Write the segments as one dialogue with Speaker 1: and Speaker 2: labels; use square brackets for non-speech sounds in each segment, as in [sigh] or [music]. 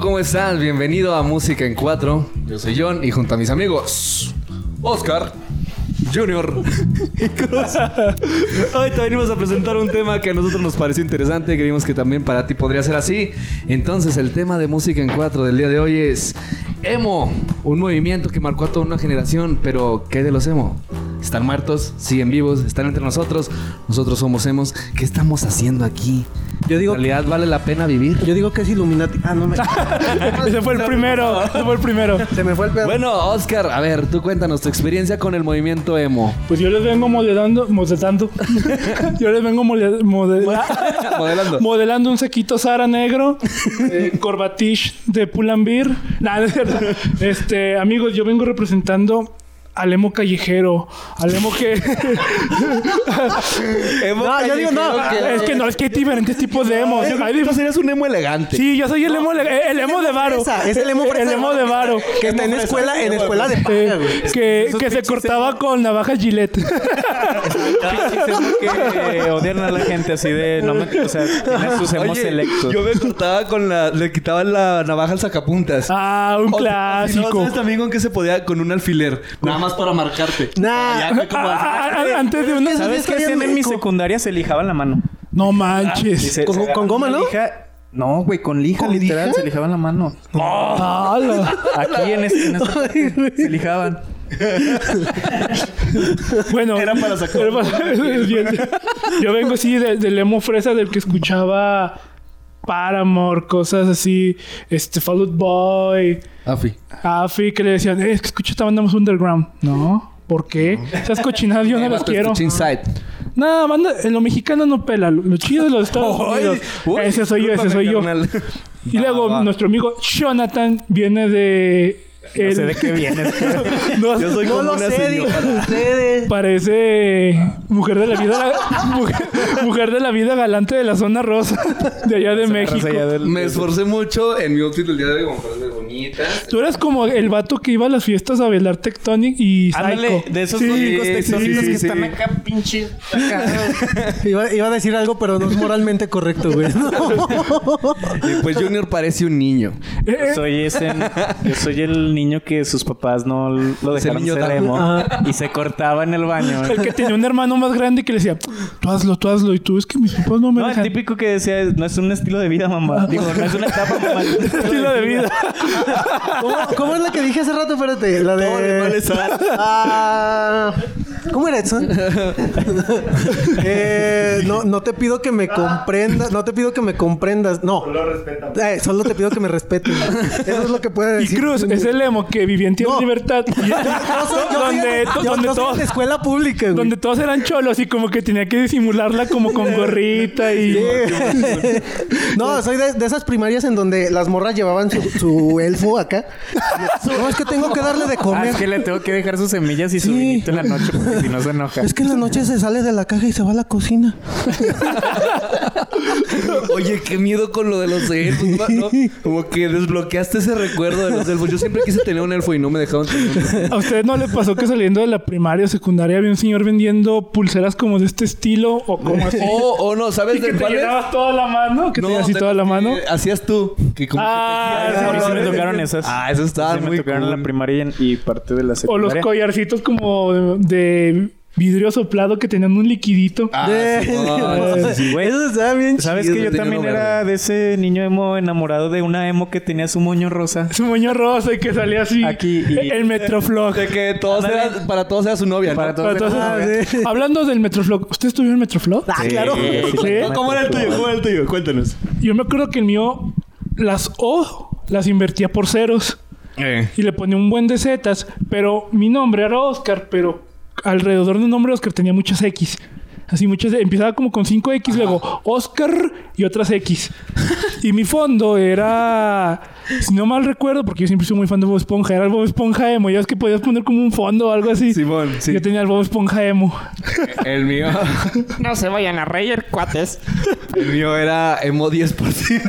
Speaker 1: ¿cómo estás? Bienvenido a Música en Cuatro. Yo soy John y junto a mis amigos Oscar, Junior y Cruz. Hoy te venimos a presentar un tema que a nosotros nos pareció interesante, que vimos que también para ti podría ser así. Entonces, el tema de Música en Cuatro del día de hoy es Emo, un movimiento que marcó a toda una generación, pero ¿qué de los Emo? ¿Están muertos? ¿Siguen vivos? ¿Están entre nosotros? Nosotros somos Emos. ¿Qué estamos haciendo aquí?
Speaker 2: Yo digo-
Speaker 1: ¿En realidad vale la pena [laughs] vivir?
Speaker 2: Yo digo que es Illuminati. Ah,
Speaker 3: [laughs]
Speaker 2: no me.
Speaker 3: Ese fue el primero. Ese fue el primero.
Speaker 2: Se me fue el pedo.
Speaker 1: Bueno, Oscar, a ver, tú cuéntanos tu experiencia con el movimiento
Speaker 2: [laughs]
Speaker 1: emo.
Speaker 3: Pues yo les vengo modelando, modelando. [laughs] yo les vengo mole- modela-
Speaker 2: [laughs]
Speaker 1: Modelando.
Speaker 3: modelando un sequito Sara negro, eh, corbatish de Pull&Bear. Nah, no es cierto. Este, amigos, yo vengo representando al emo callejero, al emo que
Speaker 1: Emo
Speaker 2: No, yo digo no.
Speaker 1: callejero
Speaker 3: es que no es que hay diferentes tipos de emos. Yo- hay dif-
Speaker 1: Tú serías un emo elegante.
Speaker 3: Sí, yo soy el emo, el, el emo de varo.
Speaker 2: fresa, es el emo
Speaker 3: El
Speaker 2: fresa.
Speaker 3: emo de varo.
Speaker 2: que está en escuela, en escuela de paga, güey.
Speaker 3: Eh, que que se cortaba con navaja Gillette.
Speaker 2: [laughs]
Speaker 4: que eh, odian a la gente así de no me, o sea, tiene sus emos
Speaker 1: Oye,
Speaker 4: selectos.
Speaker 1: yo me cortaba con la... Le quitaba la navaja al sacapuntas.
Speaker 3: Ah, un
Speaker 1: O- o si no,
Speaker 3: clásico.
Speaker 1: ¿Sabes también con qué se podía? Con un alfiler. Nada más para marcarte.
Speaker 2: Nah.
Speaker 1: Ya fue como así.
Speaker 3: Ah, ah, ah, antes de una
Speaker 4: ¿Sabes qué hacían en mi secundaria? Se lijaban la mano.
Speaker 3: No manches.
Speaker 4: Se-
Speaker 2: ¿Con-
Speaker 4: se
Speaker 2: con
Speaker 4: agarraban
Speaker 2: goma,
Speaker 4: una
Speaker 2: no?
Speaker 4: lija- No, güey, con lija,
Speaker 2: ¿Con
Speaker 4: literal,
Speaker 2: lija?
Speaker 4: se lijaban la mano.
Speaker 3: Ah, Ala.
Speaker 4: Aquí en este, en esta parte, se lijaban.
Speaker 3: Bueno,
Speaker 4: Era para sacar-
Speaker 3: era [laughs] para- yo, yo vengo así de- del emo fresa del que escuchaba Paramore, cosas así, este Fall Out Boy,
Speaker 1: Afi.
Speaker 3: Afi, que le decían, "Eh, es que escucho esta banda más underground. No, ¿por qué? Esas cochinadas yo no las quiero.
Speaker 1: Este, Inside.
Speaker 3: Nada, banda, en lo mexicano no pela, lo, lo chido de los
Speaker 4: [laughs]
Speaker 3: Estados Unidos.
Speaker 1: Uy,
Speaker 3: ese soy yo, ese
Speaker 1: discúlpame,
Speaker 3: soy yo.
Speaker 1: carnal.
Speaker 3: Y luego
Speaker 4: va.
Speaker 3: nuestro amigo Jonathan viene de.
Speaker 4: No
Speaker 3: el-
Speaker 4: sé de qué vienes.
Speaker 3: no,
Speaker 1: Yo soy
Speaker 2: [laughs] No
Speaker 1: como
Speaker 2: lo
Speaker 1: una
Speaker 2: sé, digo.
Speaker 1: señora.
Speaker 2: ustedes.
Speaker 3: Parece mujer de la vida
Speaker 4: [laughs]
Speaker 3: mujer, mujer de la vida galante de la zona rosa de allá de México.
Speaker 1: Me esforcé mucho en mi outfit el día de hoy como para ser bonita.
Speaker 3: Tú eres como el vato que iba a las fiestas a bailar Tectonic y Psycho.
Speaker 4: Ándale, de esos
Speaker 3: Sí,
Speaker 4: únicos
Speaker 3: sí,
Speaker 4: tectónicos
Speaker 3: sí,
Speaker 4: que
Speaker 3: sí.
Speaker 4: están acá, pinche.
Speaker 2: Iba, iba a decir algo, pero no es moralmente correcto, güey.
Speaker 1: Y pues Junior parece un niño.
Speaker 3: Eh, eh,
Speaker 4: Soy ese, yo soy el niño que sus papás no lo
Speaker 1: Ese
Speaker 4: dejaron
Speaker 1: niño
Speaker 4: ser
Speaker 1: tan-
Speaker 4: emo
Speaker 2: Ah.
Speaker 4: y se cortaba en el
Speaker 2: [laughs]
Speaker 4: baño.
Speaker 3: el que tenía un hermano más grande que le decía, tú hazlo, tú hazlo. Y tú, es que mis papás no me
Speaker 4: No, el
Speaker 3: dejan.
Speaker 4: típico que decía, no es un estilo de vida, mamá. Digo, no es una etapa, mamá. Es un
Speaker 3: Estilo de vida.
Speaker 2: ¿Cómo, cómo es la que dije hace rato? Espérate. La de. Ah, ¿Cómo era Edson? Eh, no, no te pido que me comprendas. No te pido que me comprendas. No. Solo solo te pido que me respetes. Eso es lo que puede
Speaker 3: Y
Speaker 2: decir.
Speaker 3: Cruz es el emo que vivía en Tierra
Speaker 2: No.
Speaker 3: Libertad. y-
Speaker 2: Yo soy- yo
Speaker 3: [laughs]
Speaker 2: soy-
Speaker 3: donde
Speaker 2: yo-
Speaker 3: to-
Speaker 2: yo
Speaker 3: donde
Speaker 2: soy
Speaker 3: todos
Speaker 2: de escuela pública, güey.
Speaker 3: donde todos eran cholos y como que tenía que disimularla como con gorrita y...
Speaker 2: No, soy de, de esas primarias en donde las morras llevaban su, su elfo acá. No, es que tengo que darle de
Speaker 4: Ah,
Speaker 2: comer.
Speaker 4: es que le tengo que dejar sus semillas y su
Speaker 2: Sí.
Speaker 4: vinito en la noche porque si no se enoja.
Speaker 2: Es que en la noche se sale de la caja y se va a la cocina.
Speaker 1: Oye, qué miedo con lo de los elfos, ¿no? Como que desbloqueaste ese recuerdo de los elfos. Yo siempre quise tener un elfo y no me dejaron tener un elfo.
Speaker 3: ¿A ustedes no les pasó que saliendo de la primaria o secundaria había un señor vendiendo pulseras como de este estilo o como así?
Speaker 1: Oh, oh, no,
Speaker 3: y
Speaker 1: ¿sabes
Speaker 3: que
Speaker 1: de
Speaker 3: te
Speaker 1: cuál es?
Speaker 3: llenabas toda la mano, que
Speaker 1: No,
Speaker 3: tenías así
Speaker 1: de-
Speaker 3: toda la mano.
Speaker 1: eh, Hacías tú. Que como
Speaker 3: Ah,
Speaker 1: que te-
Speaker 3: sí,
Speaker 4: A mí sí me
Speaker 3: no,
Speaker 4: tocaron
Speaker 3: no.
Speaker 4: esas.
Speaker 1: Ah, eso estaba
Speaker 4: Sí me
Speaker 1: muy
Speaker 4: tocaron en
Speaker 1: cool.
Speaker 4: la primaria y en- y parte de la
Speaker 3: O los
Speaker 4: secundaria.
Speaker 3: collarcitos como de, de vidrio soplado que tenían un liquidito.
Speaker 1: Ah,
Speaker 2: De-
Speaker 1: sí,
Speaker 4: Ah,
Speaker 1: no, sí, sí, sí.
Speaker 4: Güey,
Speaker 2: Eso está bien
Speaker 4: ¿Sabes
Speaker 1: Sí,
Speaker 4: que
Speaker 1: es
Speaker 4: yo
Speaker 1: de
Speaker 4: también
Speaker 1: dinero
Speaker 4: era
Speaker 1: verde.
Speaker 4: de ese niño emo enamorado de una emo que tenía su moño rosa?
Speaker 3: Su moño rosa y que salía así.
Speaker 4: Aquí y-
Speaker 3: El Metroflog.
Speaker 1: De que todos
Speaker 4: Ándale.
Speaker 1: eran- para todos era su novia. ¿no?
Speaker 4: Para todos.
Speaker 3: Pero entonces,
Speaker 2: Ah, sí.
Speaker 3: Hablando del Metroflog, ¿ustedes tuvieron Metroflog?
Speaker 2: Ah, claro.
Speaker 4: Sí, claro.
Speaker 1: ¿Cómo era el tuyo? ¿Cómo era el tuyo? Cuéntanos.
Speaker 3: Yo me acuerdo que el mío, las O las invertía por ceros.
Speaker 1: Eh.
Speaker 3: y le ponía un buen de zetas, pero mi nombre era Oscar, pero alrededor del nombre de Oscar tenía muchas X. Así muchas, empezaba como con 5X, luego Oscar y otras X.
Speaker 2: [laughs]
Speaker 3: y mi fondo era, si no mal recuerdo, porque yo siempre soy muy fan de Bob Esponja, era el Bob Esponja emo, ya es que podías poner como un fondo o algo así.
Speaker 1: Simón, sí.
Speaker 3: Yo tenía el Bob Esponja emo.
Speaker 1: El mío,
Speaker 5: No se vayan a reír, cuates.
Speaker 1: el mío era emo 10%.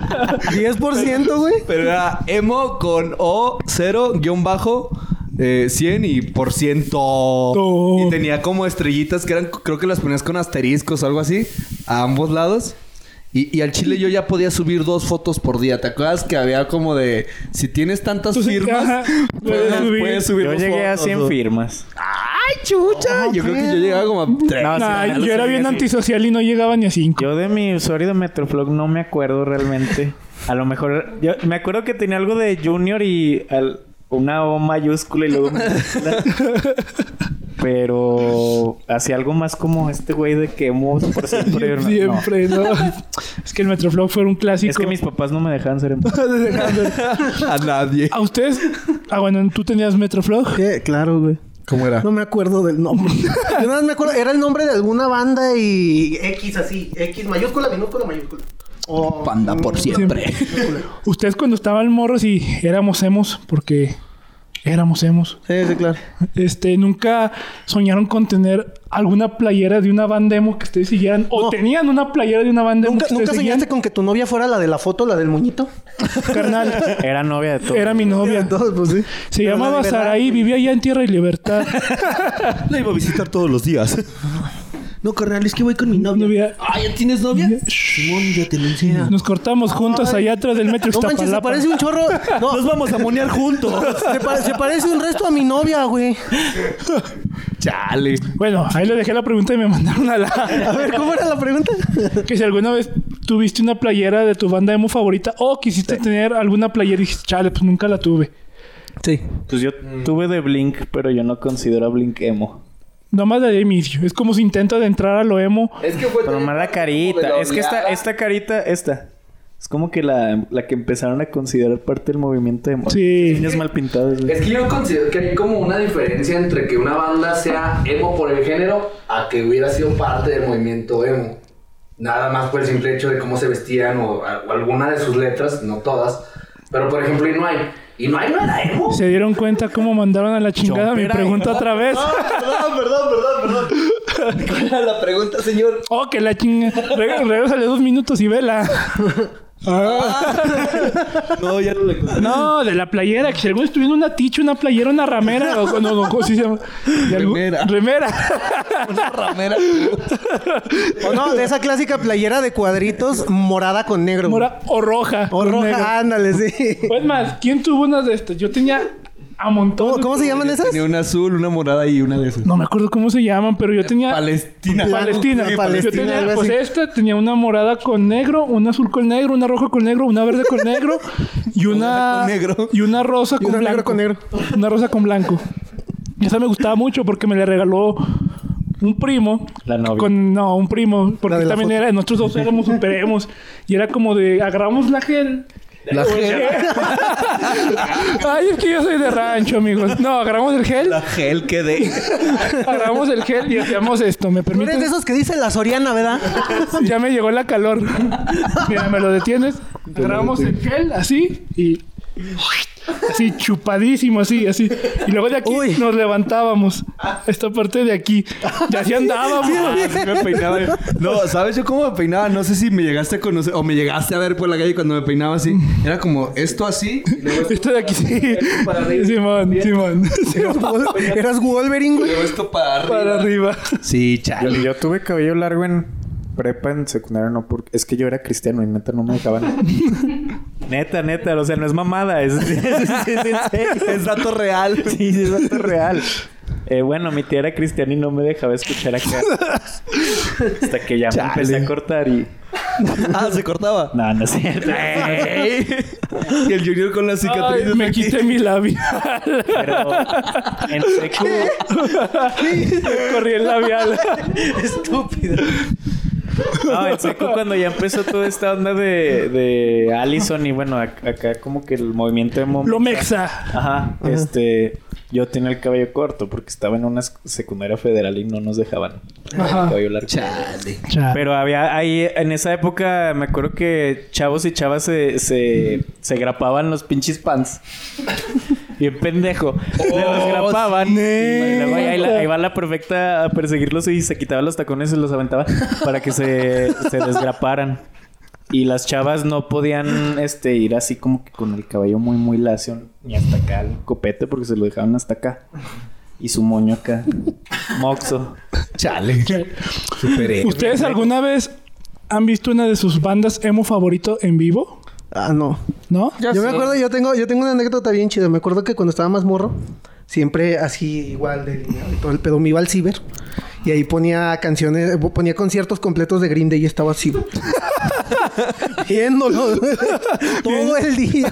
Speaker 2: 10%, güey.
Speaker 1: Pero era emo con O, 0, guión bajo, eh, 100 y por ciento.
Speaker 3: No.
Speaker 1: Y tenía como estrellitas que eran, creo que las ponías con asteriscos o algo así, a ambos lados. Y, y al chile yo ya podía subir dos fotos por día. ¿Te acuerdas que había como de... Si tienes tantas
Speaker 3: Tú sí- ajá,
Speaker 1: firmas,
Speaker 3: puedes
Speaker 1: puedes,
Speaker 3: subir.
Speaker 1: puedes subir
Speaker 4: Yo
Speaker 1: dos
Speaker 4: llegué a
Speaker 1: fotos,
Speaker 4: 100
Speaker 1: o-
Speaker 4: firmas.
Speaker 1: ¡Ay, chucha! yo creo que yo llegaba como a tres.
Speaker 4: No,
Speaker 3: Nah,
Speaker 4: sí, no,
Speaker 3: yo
Speaker 4: no
Speaker 3: era
Speaker 4: sabía
Speaker 3: bien
Speaker 4: si-
Speaker 3: antisocial y no llegaba ni a cinco.
Speaker 4: Yo de mi usuario de Metroflog no me acuerdo realmente. A lo mejor... Yo me acuerdo que tenía algo de Junior y al- una O mayúscula y luego... minúscula. Pero... Hacía algo más como este güey de que hemos por siempre.
Speaker 3: [laughs]
Speaker 4: no.
Speaker 3: Siempre, ¿no? Es que el Metroflog fue un clásico.
Speaker 4: Es que mis papás no me dejaban ser... em-
Speaker 1: a nadie.
Speaker 3: A ustedes... Ah, bueno, tú tenías Metroflog.
Speaker 2: Sí, claro, güey.
Speaker 1: ¿Cómo era?
Speaker 2: No me acuerdo del [laughs] nombre. Yo nada más me acuerdo, era el nombre de alguna banda y X así, X mayúscula, minúscula, mayúscula. O
Speaker 1: Panda por siempre.
Speaker 3: Ustedes cuando estaban morros y éramos emos, porque éramos emos,
Speaker 2: Sí, sí, claro.
Speaker 3: este, nunca soñaron con tener alguna playera de una banda emo que ustedes siguieran. O
Speaker 2: No.
Speaker 3: tenían una playera de una banda emo
Speaker 2: ¿Nunca,
Speaker 3: que
Speaker 2: ¿nunca
Speaker 3: ustedes
Speaker 2: soñaste con que tu novia fuera la de la foto, la del muñito?
Speaker 3: seguían. Carnal,
Speaker 4: Era novia de todo.
Speaker 3: era mi novia.
Speaker 2: Entonces, pues sí.
Speaker 3: Se
Speaker 2: Pero la
Speaker 3: llamaba
Speaker 2: de verdad,
Speaker 3: Saraí, vivía allá en Tierra y Libertad.
Speaker 2: [laughs]
Speaker 1: La iba a visitar todos los días.
Speaker 2: No, carnal, es que voy con mi novia.
Speaker 3: Novia.
Speaker 1: Ah, ¿ya tienes novia?
Speaker 2: Simón, ya te lo enseño.
Speaker 3: Nos cortamos juntos allá atrás del metro
Speaker 2: No manches, se
Speaker 3: Iztapalapa.
Speaker 2: parece un chorro. No,
Speaker 1: Nos vamos a monear juntos.
Speaker 2: se, pare- se parece un resto a mi novia, güey.
Speaker 1: Chale.
Speaker 3: Bueno, ahí le dejé la pregunta y me [laughs] mandaron a la...
Speaker 2: A ver, ¿cómo era la pregunta?
Speaker 3: Que si alguna vez tuviste una playera de tu banda emo favorita o quisiste tener alguna playera y dijiste, chale, pues nunca la tuve.
Speaker 2: Sí.
Speaker 4: Pues yo
Speaker 3: Mm.
Speaker 4: tuve de Blink, pero yo no considero a Blink emo.
Speaker 3: Nomás la de inicio. Es como si intento de entrar a lo emo.
Speaker 1: Es que fue...
Speaker 4: Pero más la carita. es que esta, esta carita, esta. Es como que la, la que empezaron a considerar parte del movimiento emo.
Speaker 3: Sí.
Speaker 4: Niñas mal pintadas, güey.
Speaker 1: Es que yo considero que hay como una diferencia entre que una banda sea emo por el género a que hubiera sido parte del movimiento emo. Nada más por el simple hecho de cómo se vestían o, a- o alguna de sus letras, no todas. Pero por ejemplo, Inuai. Inuai no era
Speaker 3: [laughs]
Speaker 1: emo.
Speaker 3: Se dieron cuenta cómo mandaron a la chingada mi pregunta otra vez.
Speaker 2: [laughs]
Speaker 1: Perdón, perdón, perdón, perdón. ¿Cuál era la pregunta, señor?
Speaker 3: Oh, que la chingada. Regresale dos minutos y vela.
Speaker 1: No, ya no le
Speaker 3: [laughs] No, de la playera. Que si alguno estuviera una ticha, una playera, una ramera. O, no, no, ¿cómo sí se llama? De algún-
Speaker 1: Remera.
Speaker 3: Remera. [laughs]
Speaker 2: O no, de esa clásica playera de cuadritos morada con negro. güey.
Speaker 3: Mora- o roja.
Speaker 2: O
Speaker 3: con
Speaker 2: roja,
Speaker 3: negro.
Speaker 2: ándale, sí.
Speaker 3: Pues más, ¿quién tuvo una de estas? Yo tenía a montón.
Speaker 2: ¿Cómo, cómo se llaman esas?
Speaker 1: una azul, una morada y una de esas.
Speaker 3: No me acuerdo cómo se llaman, pero yo tenía.
Speaker 1: Palestina.
Speaker 3: Palestina.
Speaker 2: Sí,
Speaker 3: Yo
Speaker 2: Palestina,
Speaker 3: tenía,
Speaker 2: algo
Speaker 3: pues
Speaker 2: así.
Speaker 3: esta tenía una morada con negro, una azul con negro, una roja con negro, una verde con negro y una
Speaker 1: Una con negro.
Speaker 3: y una rosa
Speaker 2: Y
Speaker 3: con
Speaker 2: una
Speaker 3: blanco.
Speaker 2: negra con negro.
Speaker 3: Una rosa con blanco. Y esa me gustaba mucho porque me la regaló un primo.
Speaker 4: La novia.
Speaker 3: Con, no, un primo.
Speaker 2: La
Speaker 3: Porque
Speaker 2: de la
Speaker 3: también
Speaker 2: foto.
Speaker 3: era, nosotros dos éramos superemos. Y era como de, agarramos la gel.
Speaker 1: La gel.
Speaker 2: Ah.
Speaker 3: Ay, es que yo soy de rancho, amigos. No, agarramos el gel,
Speaker 1: gel que de.
Speaker 3: agarramos el gel y hacíamos esto. ¿Me
Speaker 2: Tú eres
Speaker 3: permiten?
Speaker 2: de esos que dicen la Soriana, ¿verdad?
Speaker 3: Ya me llegó la calor. Mira, me lo detienes. Agarramos el gel así y. Así chupadísimo, así, así. Y luego de aquí
Speaker 2: Uy.
Speaker 3: nos levantábamos. Esta parte de aquí. Y así andábamos.
Speaker 1: Sí me peinaba. No, ¿sabes yo cómo me peinaba? No sé si me llegaste a conocer o me llegaste a ver por la calle cuando me peinaba así. Era como esto así. y luego esto-
Speaker 3: Esto de aquí sí.
Speaker 1: Para arriba.
Speaker 3: Simón, Simón.
Speaker 2: Eras Wol- Eras Wolverine,
Speaker 1: y
Speaker 2: güey.
Speaker 1: luego esto para arriba.
Speaker 3: Para arriba.
Speaker 1: Sí,
Speaker 4: Yo,
Speaker 1: chale.
Speaker 4: yo tuve cabello largo en prepa, en secundaria, no, porque es que yo era cristiano y neta no me dejaban. [laughs] neta, neta, o sea, no es mamada, es, [laughs] es, es- es en serio.
Speaker 1: [laughs] Es dato [laughs] real.
Speaker 4: Sí, sí, es dato real. Eh, bueno, mi tía era cristiana y no me dejaba escuchar [laughs] acá. Hasta que ya me empecé a cortar y.
Speaker 1: Ah, se cortaba.
Speaker 4: No, no es [laughs] cierto.
Speaker 1: Y el Junior con las cicatrices.
Speaker 3: Ay, me
Speaker 1: aquí.
Speaker 3: quité mi labial.
Speaker 4: Pero en secu,
Speaker 3: Corrí el labial.
Speaker 2: Estúpido.
Speaker 4: no, en secu cuando ya empezó toda esta onda de, de Allison y bueno, ac- acá como que el movimiento de
Speaker 3: Lo mexa.
Speaker 4: Ajá, este. Yo tenía el cabello corto porque estaba en una sec- secundaria federal y no nos dejaban.
Speaker 3: Ajá.
Speaker 4: Cabello largo.
Speaker 1: Chale.
Speaker 4: Pero había ahí, en esa época, me acuerdo que chavos y chavas se, se, se grapaban los pinches pants. Bien pendejo. se
Speaker 1: Oh,
Speaker 4: los grapaban. y luego ahí, ahí la- ahí va la perfecta a perseguirlos y se quitaba los tacones y los aventaba para que se, se desgraparan. Y las chavas no podían este, ir así como que con el cabello muy, muy lacio, ni hasta acá el copete, porque se lo dejaban hasta acá. Y su moño acá. Moxo.
Speaker 1: Chale. Superé. Eh,
Speaker 3: ¿Ustedes alguna vez ¿Han visto una de sus bandas emo favorito en vivo?
Speaker 2: Ah, no.
Speaker 3: ¿No?
Speaker 2: Yo, me acuerdo, yo tengo, yo tengo una anécdota bien chida. Me acuerdo que cuando estaba más morro, siempre así igual de y todo el pedo, me iba al ciber. Y ahí ponía canciones, ponía conciertos completos de Green Day y estaba así. [laughs] Viéndolo. todo el día.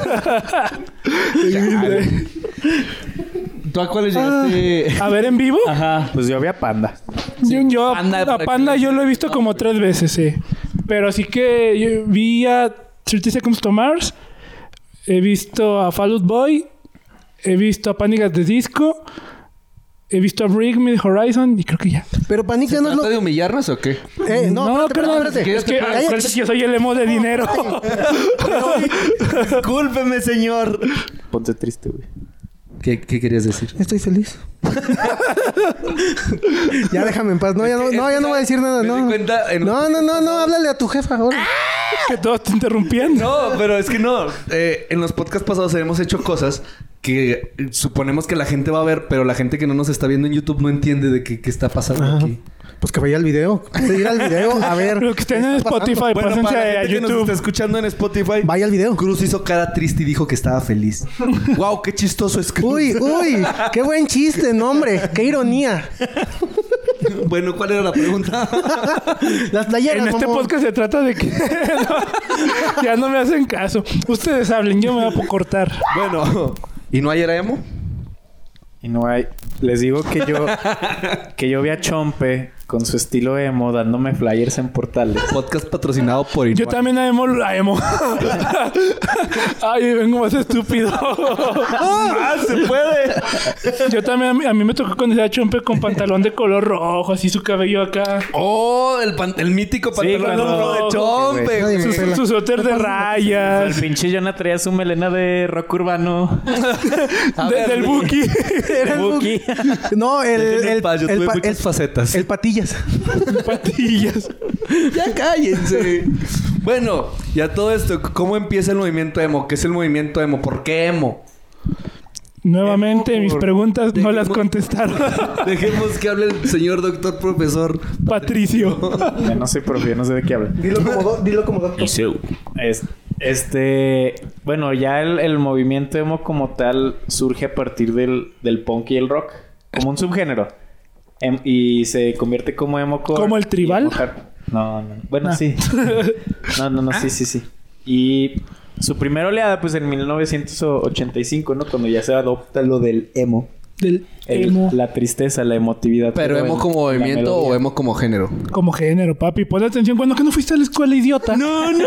Speaker 1: ¿Tú a cuáles llegaste?
Speaker 3: A ver en vivo.
Speaker 4: Ajá, pues yo había panda.
Speaker 3: Yo, yo a-
Speaker 1: Panda,
Speaker 3: a
Speaker 1: para
Speaker 3: Panda
Speaker 1: que-
Speaker 3: yo lo he visto como tres veces, sí. Pero así que yo vi a 30 Seconds to Mars, he visto a Fall Out Boy, he visto a Panic! at the Disco, he visto a Bring Me the Horizon y creo que ya.
Speaker 2: Pero Panic ya no es
Speaker 1: ¿Trata
Speaker 2: lo...
Speaker 1: de humillarnos o qué?
Speaker 2: Eh, no, espérate,
Speaker 3: carnal,
Speaker 2: espérate, espérate.
Speaker 3: Es que ah,
Speaker 2: Cállate.
Speaker 3: acuérdate que yo soy el emo de dinero. [laughs]
Speaker 1: [laughs] Discúlpeme, señor.
Speaker 4: Ponte triste, güey.
Speaker 1: ¿Qué, qué querías decir?
Speaker 2: Estoy feliz. [laughs] ya déjame en paz. No, ya no, no, ya no voy a decir nada.
Speaker 1: Me di
Speaker 2: No.
Speaker 1: cuenta en-
Speaker 2: no, no, no, no. Háblale a tu jefa ahora.
Speaker 3: que todos te interrumpían.
Speaker 1: No, pero es que no. Eh, en los podcasts pasados hemos hecho cosas que eh, suponemos que la gente va a ver, pero la gente que no nos está viendo en YouTube no entiende de qué, qué está pasando aquí.
Speaker 2: Pues que vaya al video. Que ir al video. A ver.
Speaker 3: Lo que estén en
Speaker 2: ¿qué está pasando?
Speaker 3: Spotify,
Speaker 1: Bueno,
Speaker 3: pásense
Speaker 1: para la
Speaker 3: a
Speaker 1: gente que nos
Speaker 3: YouTube.
Speaker 1: está escuchando en Spotify,
Speaker 2: Vaya al video.
Speaker 1: Cruz hizo cara triste y dijo que estaba feliz.
Speaker 2: [laughs]
Speaker 1: wow, qué chistoso es Cruz.
Speaker 2: Uy, uy. Qué buen chiste, no, hombre. Qué ironía.
Speaker 1: [laughs] bueno, ¿cuál era la
Speaker 2: [laughs]
Speaker 1: pregunta?
Speaker 2: Las playeras.
Speaker 3: En este
Speaker 2: mamón.
Speaker 3: podcast se trata de que [laughs] no, ya no me hacen caso. Ustedes hablen, yo me voy a cortar.
Speaker 1: bueno, ¿y no ayer emo?
Speaker 4: Y no hay. Les digo que yo. que yo vi a Chompe con su estilo emo dándome flyers en portales.
Speaker 1: Podcast patrocinado por
Speaker 3: Yo
Speaker 1: Inuay.
Speaker 3: también a Emo la emo. [laughs] Ay, vengo más estúpido.
Speaker 1: [laughs] ¡Ah, se puede!
Speaker 3: Yo también, a mí, a mí me tocó con ese chompe con pantalón de color rojo, así su cabello acá.
Speaker 1: ¡Oh! El, pan- el mítico pantalón
Speaker 4: cuando-
Speaker 1: rojo de chompe.
Speaker 2: Nadie me
Speaker 1: güey.
Speaker 2: pela.
Speaker 3: Su suéter de
Speaker 4: El
Speaker 3: rayas.
Speaker 4: pinche Jonah traía su melena de rock urbano.
Speaker 3: de- del Buki. [laughs]
Speaker 2: Era el
Speaker 4: Buki.
Speaker 2: No, el.
Speaker 1: Déjenme en
Speaker 2: El,
Speaker 1: paz, yo
Speaker 2: el
Speaker 1: tuve
Speaker 2: pa-
Speaker 1: muchas
Speaker 2: el-
Speaker 1: facetas.
Speaker 2: el [laughs] patillas.
Speaker 3: Patillas.
Speaker 1: Ya cállense. bueno, ya todo esto, ¿cómo empieza el movimiento emo? ¿Qué es el movimiento emo? ¿Por qué emo?
Speaker 3: Nuevamente,
Speaker 1: Emo
Speaker 3: mis
Speaker 1: por-
Speaker 3: preguntas no
Speaker 1: de-
Speaker 3: las
Speaker 1: mo-
Speaker 3: contestaron. [laughs]
Speaker 1: Dejemos que hable el señor doctor profesor. [laughs]
Speaker 3: Patricio.
Speaker 4: Ya no sé, profe, ya no sé de qué habla.
Speaker 2: Dilo como, do- dilo como doctor.
Speaker 4: Es- este. Bueno, ya el, el movimiento emo como tal surge a partir del, del punk y el rock. Como un subgénero. Em- y se convierte como emo core
Speaker 3: ¿Como el
Speaker 4: y
Speaker 3: tribal? Ah.
Speaker 4: emo hard. No, no. no. Bueno, sí.
Speaker 3: [laughs]
Speaker 4: No, no, no, sí, sí, sí. Y su primera oleada, pues en 1985, ¿no? Cuando ya se adopta lo del emo.
Speaker 3: Del
Speaker 4: El-
Speaker 3: emo.
Speaker 4: La tristeza, la emotividad.
Speaker 1: ¿Pero emo
Speaker 4: el-
Speaker 1: como
Speaker 4: la
Speaker 1: movimiento o
Speaker 4: melodía.
Speaker 1: emo como género?
Speaker 3: Como género, papi. Pon atención. cuando que no fuiste a la escuela, idiota? No, no. [laughs]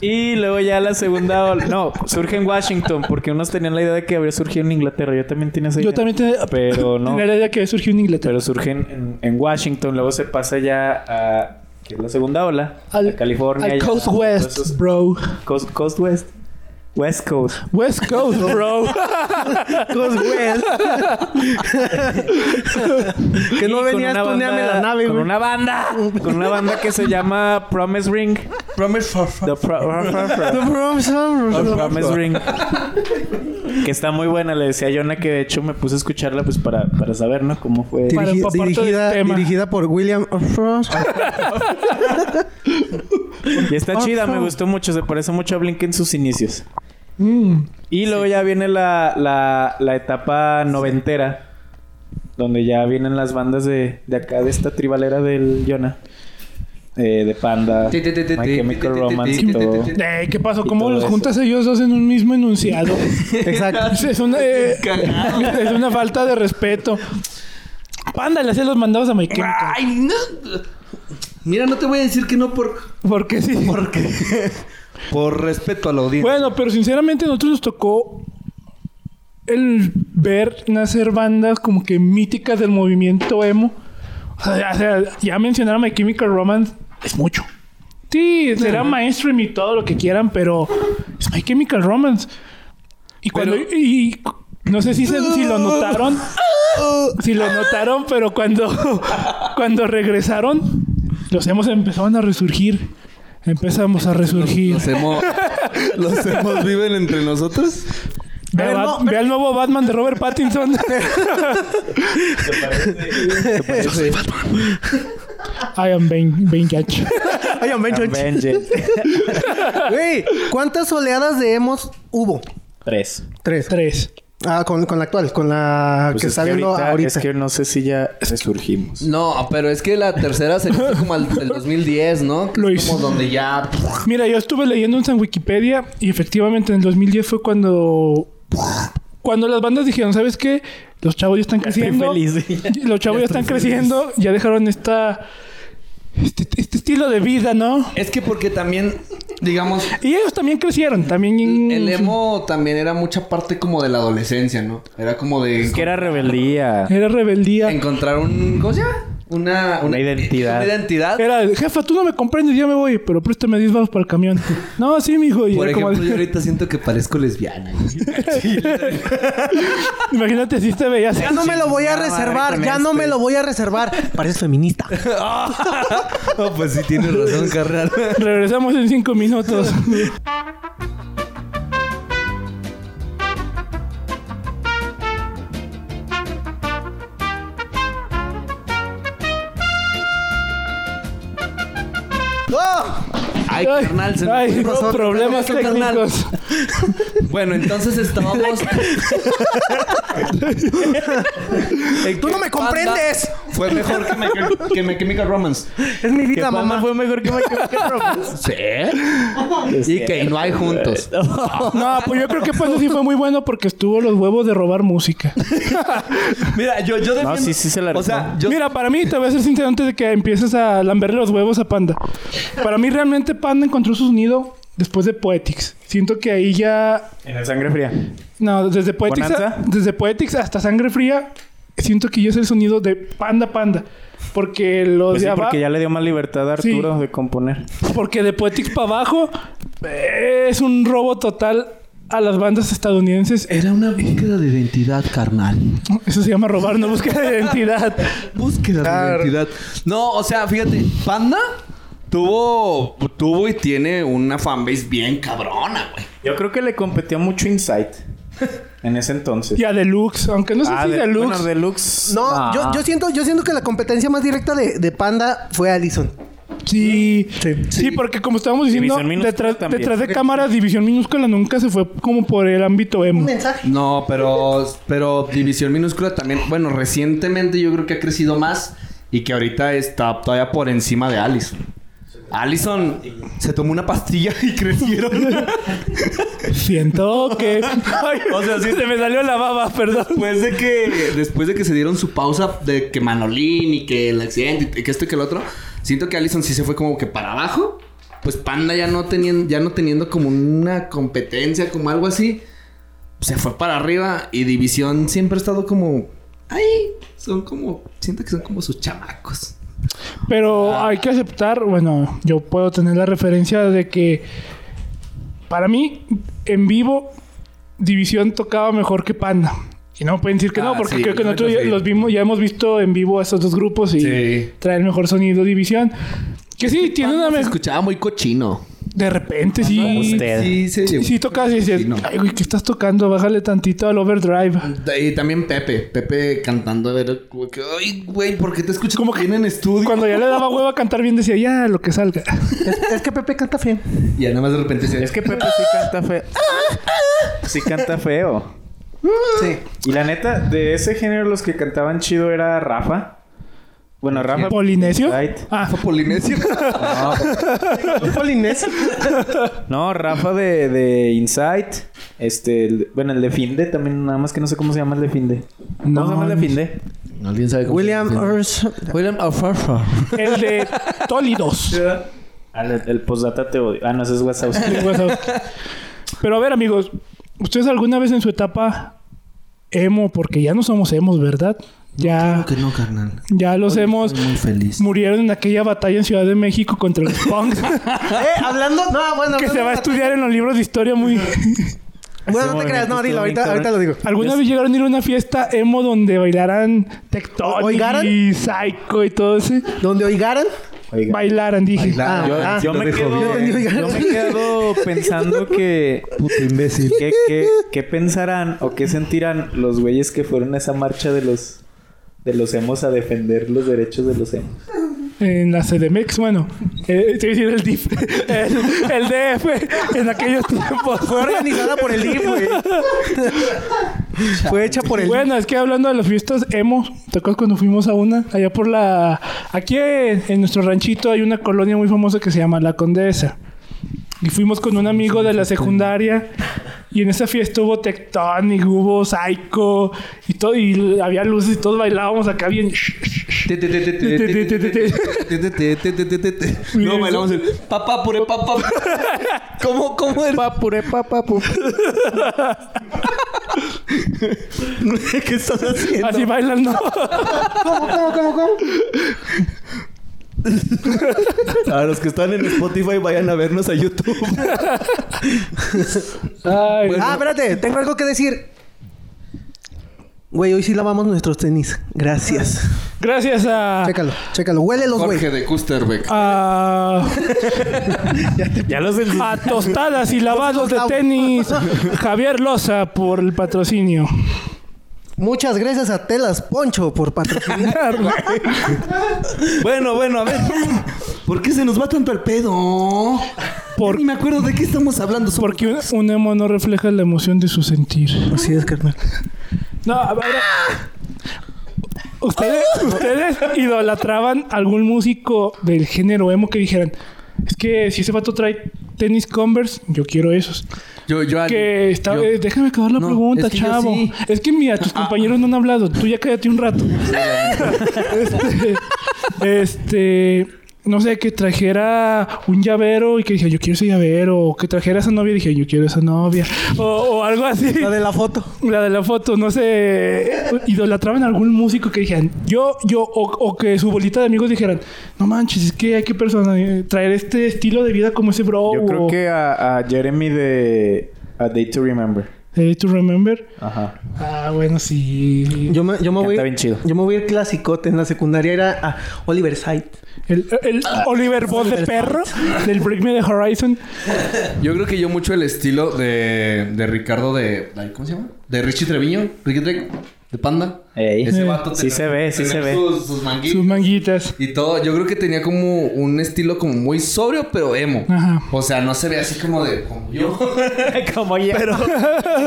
Speaker 4: Y luego ya la segunda ola. No, surge en Washington, porque unos tenían la idea de que habría surgido en Inglaterra. Yo también tenía esa idea.
Speaker 3: Yo también tenía [laughs]
Speaker 4: Pero no.
Speaker 3: tenía la idea que surgió en Inglaterra.
Speaker 4: Pero surge en, en- en Washington, luego se pasa ya a. que es la segunda ola?
Speaker 3: Al-
Speaker 4: a California.
Speaker 3: Al
Speaker 4: ya-
Speaker 3: Coast
Speaker 4: a-
Speaker 3: West,
Speaker 4: todos esos-
Speaker 3: bro.
Speaker 4: Coast, Coast West. West Coast.
Speaker 3: West Coast,
Speaker 4: [laughs]
Speaker 3: bro.
Speaker 2: Que no
Speaker 4: Y con
Speaker 2: venías
Speaker 4: una
Speaker 2: tú ni a
Speaker 4: banda-
Speaker 2: la nave,
Speaker 4: Con
Speaker 2: güey.
Speaker 4: una banda. Con una banda que se llama Promise Ring. The Pro-
Speaker 2: No, bro,
Speaker 4: The
Speaker 2: bro.
Speaker 4: Promise Ring. Que está muy buena, le decía a Jonah que de hecho me puse a escucharla pues para, para saber, ¿no? Cómo fue.
Speaker 3: Para
Speaker 2: Dirigi-
Speaker 3: empaparte del
Speaker 2: dirigida,
Speaker 3: tema.
Speaker 2: dirigida por William Frost.
Speaker 4: Y está chida, me gustó mucho, se parece mucho a Blink en sus inicios.
Speaker 3: Mm.
Speaker 4: Y luego ya viene la, la, la etapa noventera, donde ya vienen las bandas de, de acá, de esta tribalera del Jonah. Eh, de Panda,
Speaker 1: Ti, ti, ti, ti,
Speaker 4: My
Speaker 1: ti,
Speaker 4: Chemical
Speaker 1: ti, ti,
Speaker 4: Romance
Speaker 1: ti, ti,
Speaker 4: y
Speaker 1: ti,
Speaker 4: todo.
Speaker 1: ti, ti.
Speaker 3: Ey, ¿Qué pasó?
Speaker 4: Y
Speaker 3: ¿Cómo
Speaker 4: todo
Speaker 3: los
Speaker 4: eso.
Speaker 3: juntas ellos dos en un mismo
Speaker 4: [laughs]
Speaker 3: enunciado?
Speaker 2: Exacto.
Speaker 3: es, una, eh, es una falta de respeto. Panda, le hacía los mandados a My Chemical.
Speaker 1: Ay, no. Mira, no te voy a decir que no por...
Speaker 3: ¿Por qué sí?
Speaker 1: Porque... por respeto a la audiencia.
Speaker 3: Bueno, pero sinceramente a nosotros nos tocó el ver nacer bandas como que míticas del movimiento emo. O sea, ya, o sea, ya mencionar a My Chemical Romance es mucho. Sí, será mainstream y todo lo que quieran, pero es My Chemical Romance. Y cuando...
Speaker 1: Pero-
Speaker 3: y- y- no sé si, se- si lo notaron. si lo notaron, pero cuando, [laughs] cuando regresaron, los emos empezaban a resurgir. Empezamos a resurgir.
Speaker 1: Los emo... ¿Los emos viven entre nosotros?
Speaker 3: Ve,
Speaker 2: A
Speaker 3: a
Speaker 2: ver,
Speaker 3: Bat-
Speaker 2: no,
Speaker 3: ve al nuevo Batman de Robert [laughs] Pattinson. I am Ben, ben Gach.
Speaker 2: Ay, hombre,
Speaker 1: [laughs]
Speaker 2: chonchi.
Speaker 4: Avengers.
Speaker 2: Güey, ¿cuántas oleadas de emos hubo?
Speaker 4: Tres.
Speaker 2: Tres.
Speaker 3: Tres.
Speaker 2: Ah, con, con la actual, con la
Speaker 4: Pues
Speaker 2: que
Speaker 4: es
Speaker 2: está viendo ahorita.
Speaker 4: Es que no sé si ya resurgimos.
Speaker 1: No, pero es que la tercera se hizo como al del 2010, ¿no? Que es
Speaker 3: Luis.
Speaker 1: Como donde ya.
Speaker 3: Mira, yo estuve leyendo en Wikipedia y efectivamente en el 2010 fue cuando... Cuando las bandas dijeron, ¿sabes qué? Los chavos ya están
Speaker 4: Estoy
Speaker 3: creciendo.
Speaker 4: feliz.
Speaker 3: [laughs] Los chavos ya están creciendo. Ya dejaron esta... Este, este estilo de vida, ¿no?
Speaker 1: Es que porque también, digamos,
Speaker 3: Y ellos también crecieron. También...
Speaker 1: el emo también era mucha parte como de la adolescencia, ¿no? Era como de.
Speaker 4: Es que era rebeldía.
Speaker 3: Era rebeldía.
Speaker 1: encontrar un. ¿Cómo se llama? Una,
Speaker 4: Una identidad.
Speaker 1: Una identidad.
Speaker 3: Era, jefa, tú no me comprendes, ya me voy, pero préstame 10 baros para el camión. No, sí, mijo. Y
Speaker 1: Por
Speaker 3: era como-
Speaker 1: ejemplo, yo ahorita siento que parezco lesbiana.
Speaker 3: [laughs] Imagínate si te veías.
Speaker 2: Ya no me lo voy a reservar,
Speaker 1: con
Speaker 2: ya no me
Speaker 4: este.
Speaker 2: lo voy a reservar. Pareces feminista.
Speaker 1: No, pues sí tienes [laughs] razón, carnal.
Speaker 3: Regresamos en 5 minutos.
Speaker 1: [laughs] Ay, carnal, se me
Speaker 3: Ay,
Speaker 1: fue el
Speaker 3: no,
Speaker 1: razón.
Speaker 3: problemas
Speaker 1: Ay, carnal.
Speaker 3: técnicos.
Speaker 1: Bueno, entonces estábamos.
Speaker 2: Tú no me comprendes.
Speaker 1: Fue mejor que My, que My Chemical Romance.
Speaker 2: Es mi
Speaker 4: Que
Speaker 2: vida,
Speaker 4: Batman
Speaker 2: mamá.
Speaker 4: fue mejor que Michael Jackson.
Speaker 1: Sí. Y que no hay juntos.
Speaker 3: No, pues yo creo que Panda sí fue muy bueno porque estuvo los huevos de robar música.
Speaker 1: Mira, yo, yo defiendo.
Speaker 4: No, sí, sí se la
Speaker 1: O sea,
Speaker 4: rifó.
Speaker 1: yo.
Speaker 3: Mira, para mí, te voy a ser sincero antes de que empieces a lamberle los huevos a Panda. Para mí, realmente Panda encontró su sonido después de Poetics. Siento que ahí ya
Speaker 4: En el sangre fría.
Speaker 3: Pues No, desde Poetics,
Speaker 4: ¿Bonanza?
Speaker 3: a- desde Poetics hasta Sangre Fría, siento que yo es el sonido de Panda Panda. Porque lo
Speaker 4: Pues sí,
Speaker 3: de aba-
Speaker 4: porque ya le dio más libertad a
Speaker 3: Sí.
Speaker 4: Arturo de componer.
Speaker 3: Pues porque de Poetics para abajo eh, es un robo total a las bandas estadounidenses.
Speaker 1: Era una búsqueda de identidad, carnal.
Speaker 3: Eso se llama robar, no
Speaker 4: [laughs]
Speaker 3: busca de identidad.
Speaker 1: Búsqueda
Speaker 2: Claro.
Speaker 1: de identidad. No, o sea, fíjate, Panda tuvo, tuvo y tiene una fanbase bien cabrona, güey.
Speaker 4: Yo creo que le competió
Speaker 1: [laughs]
Speaker 4: mucho Insight en ese entonces.
Speaker 3: Y a Deluxe, aunque no sé
Speaker 4: Ah,
Speaker 3: si
Speaker 4: de-
Speaker 3: Deluxe.
Speaker 4: bueno, Deluxe.
Speaker 2: [laughs] No,
Speaker 4: Ah.
Speaker 2: yo, yo siento, yo siento que la competencia más directa de, de Panda fue Allison.
Speaker 3: Sí, sí, porque como estábamos diciendo,
Speaker 4: División minúscula
Speaker 3: detrás,
Speaker 4: también.
Speaker 3: detrás de cámaras, División Minúscula nunca se fue como por el ámbito
Speaker 4: [laughs]
Speaker 2: Un
Speaker 3: emo.
Speaker 2: mensaje.
Speaker 1: No, pero, pero División Minúscula también, bueno, recientemente yo creo que ha crecido más y que ahorita está todavía por encima de Allison. Allison se tomó una pastilla y [laughs] crecieron.
Speaker 3: Siento
Speaker 4: [laughs]
Speaker 3: que. Ay,
Speaker 1: O sea, sí-
Speaker 3: se me salió la baba, perdón.
Speaker 1: Después de que después de que se dieron su pausa de que Manolín y que el accidente y que esto y que el otro, siento que Allison sí se fue como que para abajo. Pues Panda ya no teniendo ya no teniendo como una competencia como algo así, se fue para arriba y División siempre ha estado como ahí, son como siento que son como sus chamacos.
Speaker 3: Pero hay que aceptar, bueno, yo puedo tener la referencia de que para mí, en vivo, División tocaba mejor que Panda. Y no me pueden decir que
Speaker 1: Ah,
Speaker 3: no, porque
Speaker 1: sí,
Speaker 3: creo que
Speaker 1: la
Speaker 3: nosotros
Speaker 1: neta
Speaker 3: ya
Speaker 1: sí.
Speaker 3: los vimos, ya hemos visto en vivo a esos dos grupos y
Speaker 1: Sí.
Speaker 3: traen mejor sonido División. Que sí, tiene una
Speaker 1: Se
Speaker 3: mez-
Speaker 1: escuchaba muy cochino.
Speaker 3: De repente, sí.
Speaker 4: usted.
Speaker 1: Sí, se
Speaker 3: Sí,
Speaker 1: llevó.
Speaker 3: sí tocas y dices,
Speaker 1: Sí, no.
Speaker 3: ay, güey, ¿qué estás tocando? Bájale tantito al overdrive.
Speaker 1: Y también Pepe, Pepe cantando, a ver, como que, ay, güey, ¿por qué te escuchas como que en estudio?
Speaker 3: Cuando ya le daba hueva a cantar bien, decía, ya, lo que salga.
Speaker 2: Es, es que Pepe canta feo.
Speaker 1: Y ya nada más de repente se
Speaker 4: Es que Pepe sí canta feo. Sí canta feo.
Speaker 2: Sí.
Speaker 4: Y la neta, de ese género los que cantaban chido era Rafa. Bueno, Rafa.
Speaker 3: ¿Polinesio?
Speaker 4: Right.
Speaker 3: Ah,
Speaker 1: Polinesio.
Speaker 2: Polinesio.
Speaker 4: No, Rafa de, de Insight. Este, el- bueno, el de Finde también, nada más que no sé cómo se llama el de Finde. ¿Cómo
Speaker 3: No,
Speaker 4: se llama el de
Speaker 3: no
Speaker 4: Finde?
Speaker 1: Alguien sabe
Speaker 2: William Urs.
Speaker 1: William Alfarfa.
Speaker 3: el de Tólidos.
Speaker 4: Ah, el, el postdata te odio. Ah, no, ese es WhatsApp. [laughs]
Speaker 3: Sí, WhatsApp. Pero a ver, amigos, ¿ustedes alguna vez en su etapa emo, porque ya no somos emos, ¿verdad? Ya,
Speaker 1: que no, carnal.
Speaker 3: ya los emos
Speaker 1: Muy feliz.
Speaker 3: murieron en aquella batalla en Ciudad de México contra los
Speaker 2: [laughs]
Speaker 3: punks
Speaker 2: Eh, hablando. No, bueno.
Speaker 3: que
Speaker 2: hablando
Speaker 3: se va a
Speaker 2: de-
Speaker 3: estudiar en los libros de historia muy. [laughs]
Speaker 2: Bueno, no te
Speaker 4: Ese
Speaker 2: creas, no,
Speaker 4: movimiento
Speaker 2: dilo, ahorita,
Speaker 4: estuvo bien
Speaker 2: ahorita lo digo.
Speaker 3: ¿Alguna vez llegaron a ir a una fiesta emo donde bailaran
Speaker 2: ¿Oigaran?
Speaker 3: Tectonic y Psycho y todo ese?
Speaker 2: Donde oigaran
Speaker 4: Oiga.
Speaker 3: Bailaran, dije.
Speaker 2: Ah,
Speaker 4: Yo,
Speaker 2: ah,
Speaker 4: yo
Speaker 1: lo
Speaker 4: me
Speaker 1: dijo
Speaker 4: quedo,
Speaker 2: bien.
Speaker 4: yo me quedo pensando que.
Speaker 1: Puto imbécil.
Speaker 4: ¿Qué, qué, qué pensarán o qué sentirán los güeyes que fueron a esa marcha de los de los emos a defender los derechos de los emos?
Speaker 3: En la CDMX, bueno. eh, [laughs] te iba a decir el DIF. El, el DF en aquellos
Speaker 2: [laughs]
Speaker 3: tiempos.
Speaker 2: Fue organizada por el DIF, güey. Fue hecha por el DIF.
Speaker 3: Bueno, es que hablando de las fiestas emo, ¿te acuerdas cuando fuimos a una? Allá por la... Aquí en en nuestro ranchito hay una colonia muy famosa que se llama La Condesa. Y fuimos con un amigo de la secundaria. Y en esa fiesta hubo Tectonic, hubo Psycho y todo. Y había luces y todos bailábamos acá bien.
Speaker 1: No, bailamos el papá pure papá. ¿Cómo, cómo el [laughs]
Speaker 4: Papure, papapu.
Speaker 2: ¿Qué estás haciendo?
Speaker 3: Así bailan,
Speaker 2: [laughs]
Speaker 3: ¿no?
Speaker 2: ¿Cómo, cómo, cómo, cómo?
Speaker 1: A los que están en Spotify vayan a vernos a YouTube.
Speaker 3: Ay,
Speaker 2: Ah, espérate, tengo algo que decir. Güey, hoy sí lavamos nuestros tenis. Gracias.
Speaker 3: Gracias a...
Speaker 2: Chécalo, chécalo. Huélelos, güey.
Speaker 1: Jorge de Custerbeck.
Speaker 3: A,
Speaker 4: Ya los del-
Speaker 3: Ah. a tostadas y lavados de tenis. Javier Loza por el patrocinio.
Speaker 2: Muchas gracias a Telas Poncho por patrocinar.
Speaker 1: Bueno, bueno, a ver. ¿Por qué se nos va tanto el pedo?
Speaker 3: Por-
Speaker 1: Ni me acuerdo de qué estamos hablando. sobre-
Speaker 3: Porque un, un emo no refleja la emoción de su sentir.
Speaker 2: Así es, carnal.
Speaker 3: No, a ver. Ustedes, ustedes idolatraban algún músico del género emo que dijeran: Es que si ese vato trae tenis Converse, yo quiero esos.
Speaker 1: Yo, yo,
Speaker 3: Que está,
Speaker 1: yo-
Speaker 3: eh, déjame acabar la
Speaker 1: No,
Speaker 3: pregunta,
Speaker 1: es que yo
Speaker 3: chavo.
Speaker 1: sí. Ah.
Speaker 3: Es que mira, tus compañeros no han hablado. Tú ya cállate
Speaker 1: [laughs]
Speaker 3: un rato. este, este, no sé, que trajera un llavero y que dije, yo quiero ese llavero. O que trajera esa novia y dije, yo quiero esa novia. O, o algo así.
Speaker 2: La de la foto.
Speaker 3: [laughs] La de la foto, no sé. Idolatraban a algún músico que dijeran, yo, yo, o, o que su bolita de amigos dijeran, no manches, es que hay que persona, eh, traer este estilo de vida como ese bro.
Speaker 4: Yo creo
Speaker 3: o-
Speaker 4: que a, a Jeremy de A Day to Remember.
Speaker 3: Day eh, to remember.
Speaker 4: Ajá.
Speaker 3: Ah, bueno, sí.
Speaker 2: Yo me, yo me voy.
Speaker 4: Canta bien chido.
Speaker 2: Yo me voy a ir clasicote. En la secundaria era a
Speaker 3: [laughs]
Speaker 2: Oliver Side.
Speaker 3: El, el Oliver Voz de perro del Break Me the Horizon.
Speaker 1: yo creo que yo mucho el estilo de, de Ricardo de. ay, ¿Cómo se llama? De Richie Treviño. Ricky Treviño. De Panda.
Speaker 4: Ey.
Speaker 1: Ese
Speaker 4: Eh,
Speaker 1: vato
Speaker 4: sí
Speaker 1: tenía-
Speaker 4: se ve, sí
Speaker 1: tenía
Speaker 4: se ve.
Speaker 1: Sus, sus manguitos.
Speaker 3: Sus manguitas.
Speaker 1: Y todo, yo creo que tenía como un estilo como muy sobrio, pero emo.
Speaker 3: Ajá.
Speaker 1: O sea, no se ve así como de como yo. [laughs]
Speaker 4: Como ya. Pero...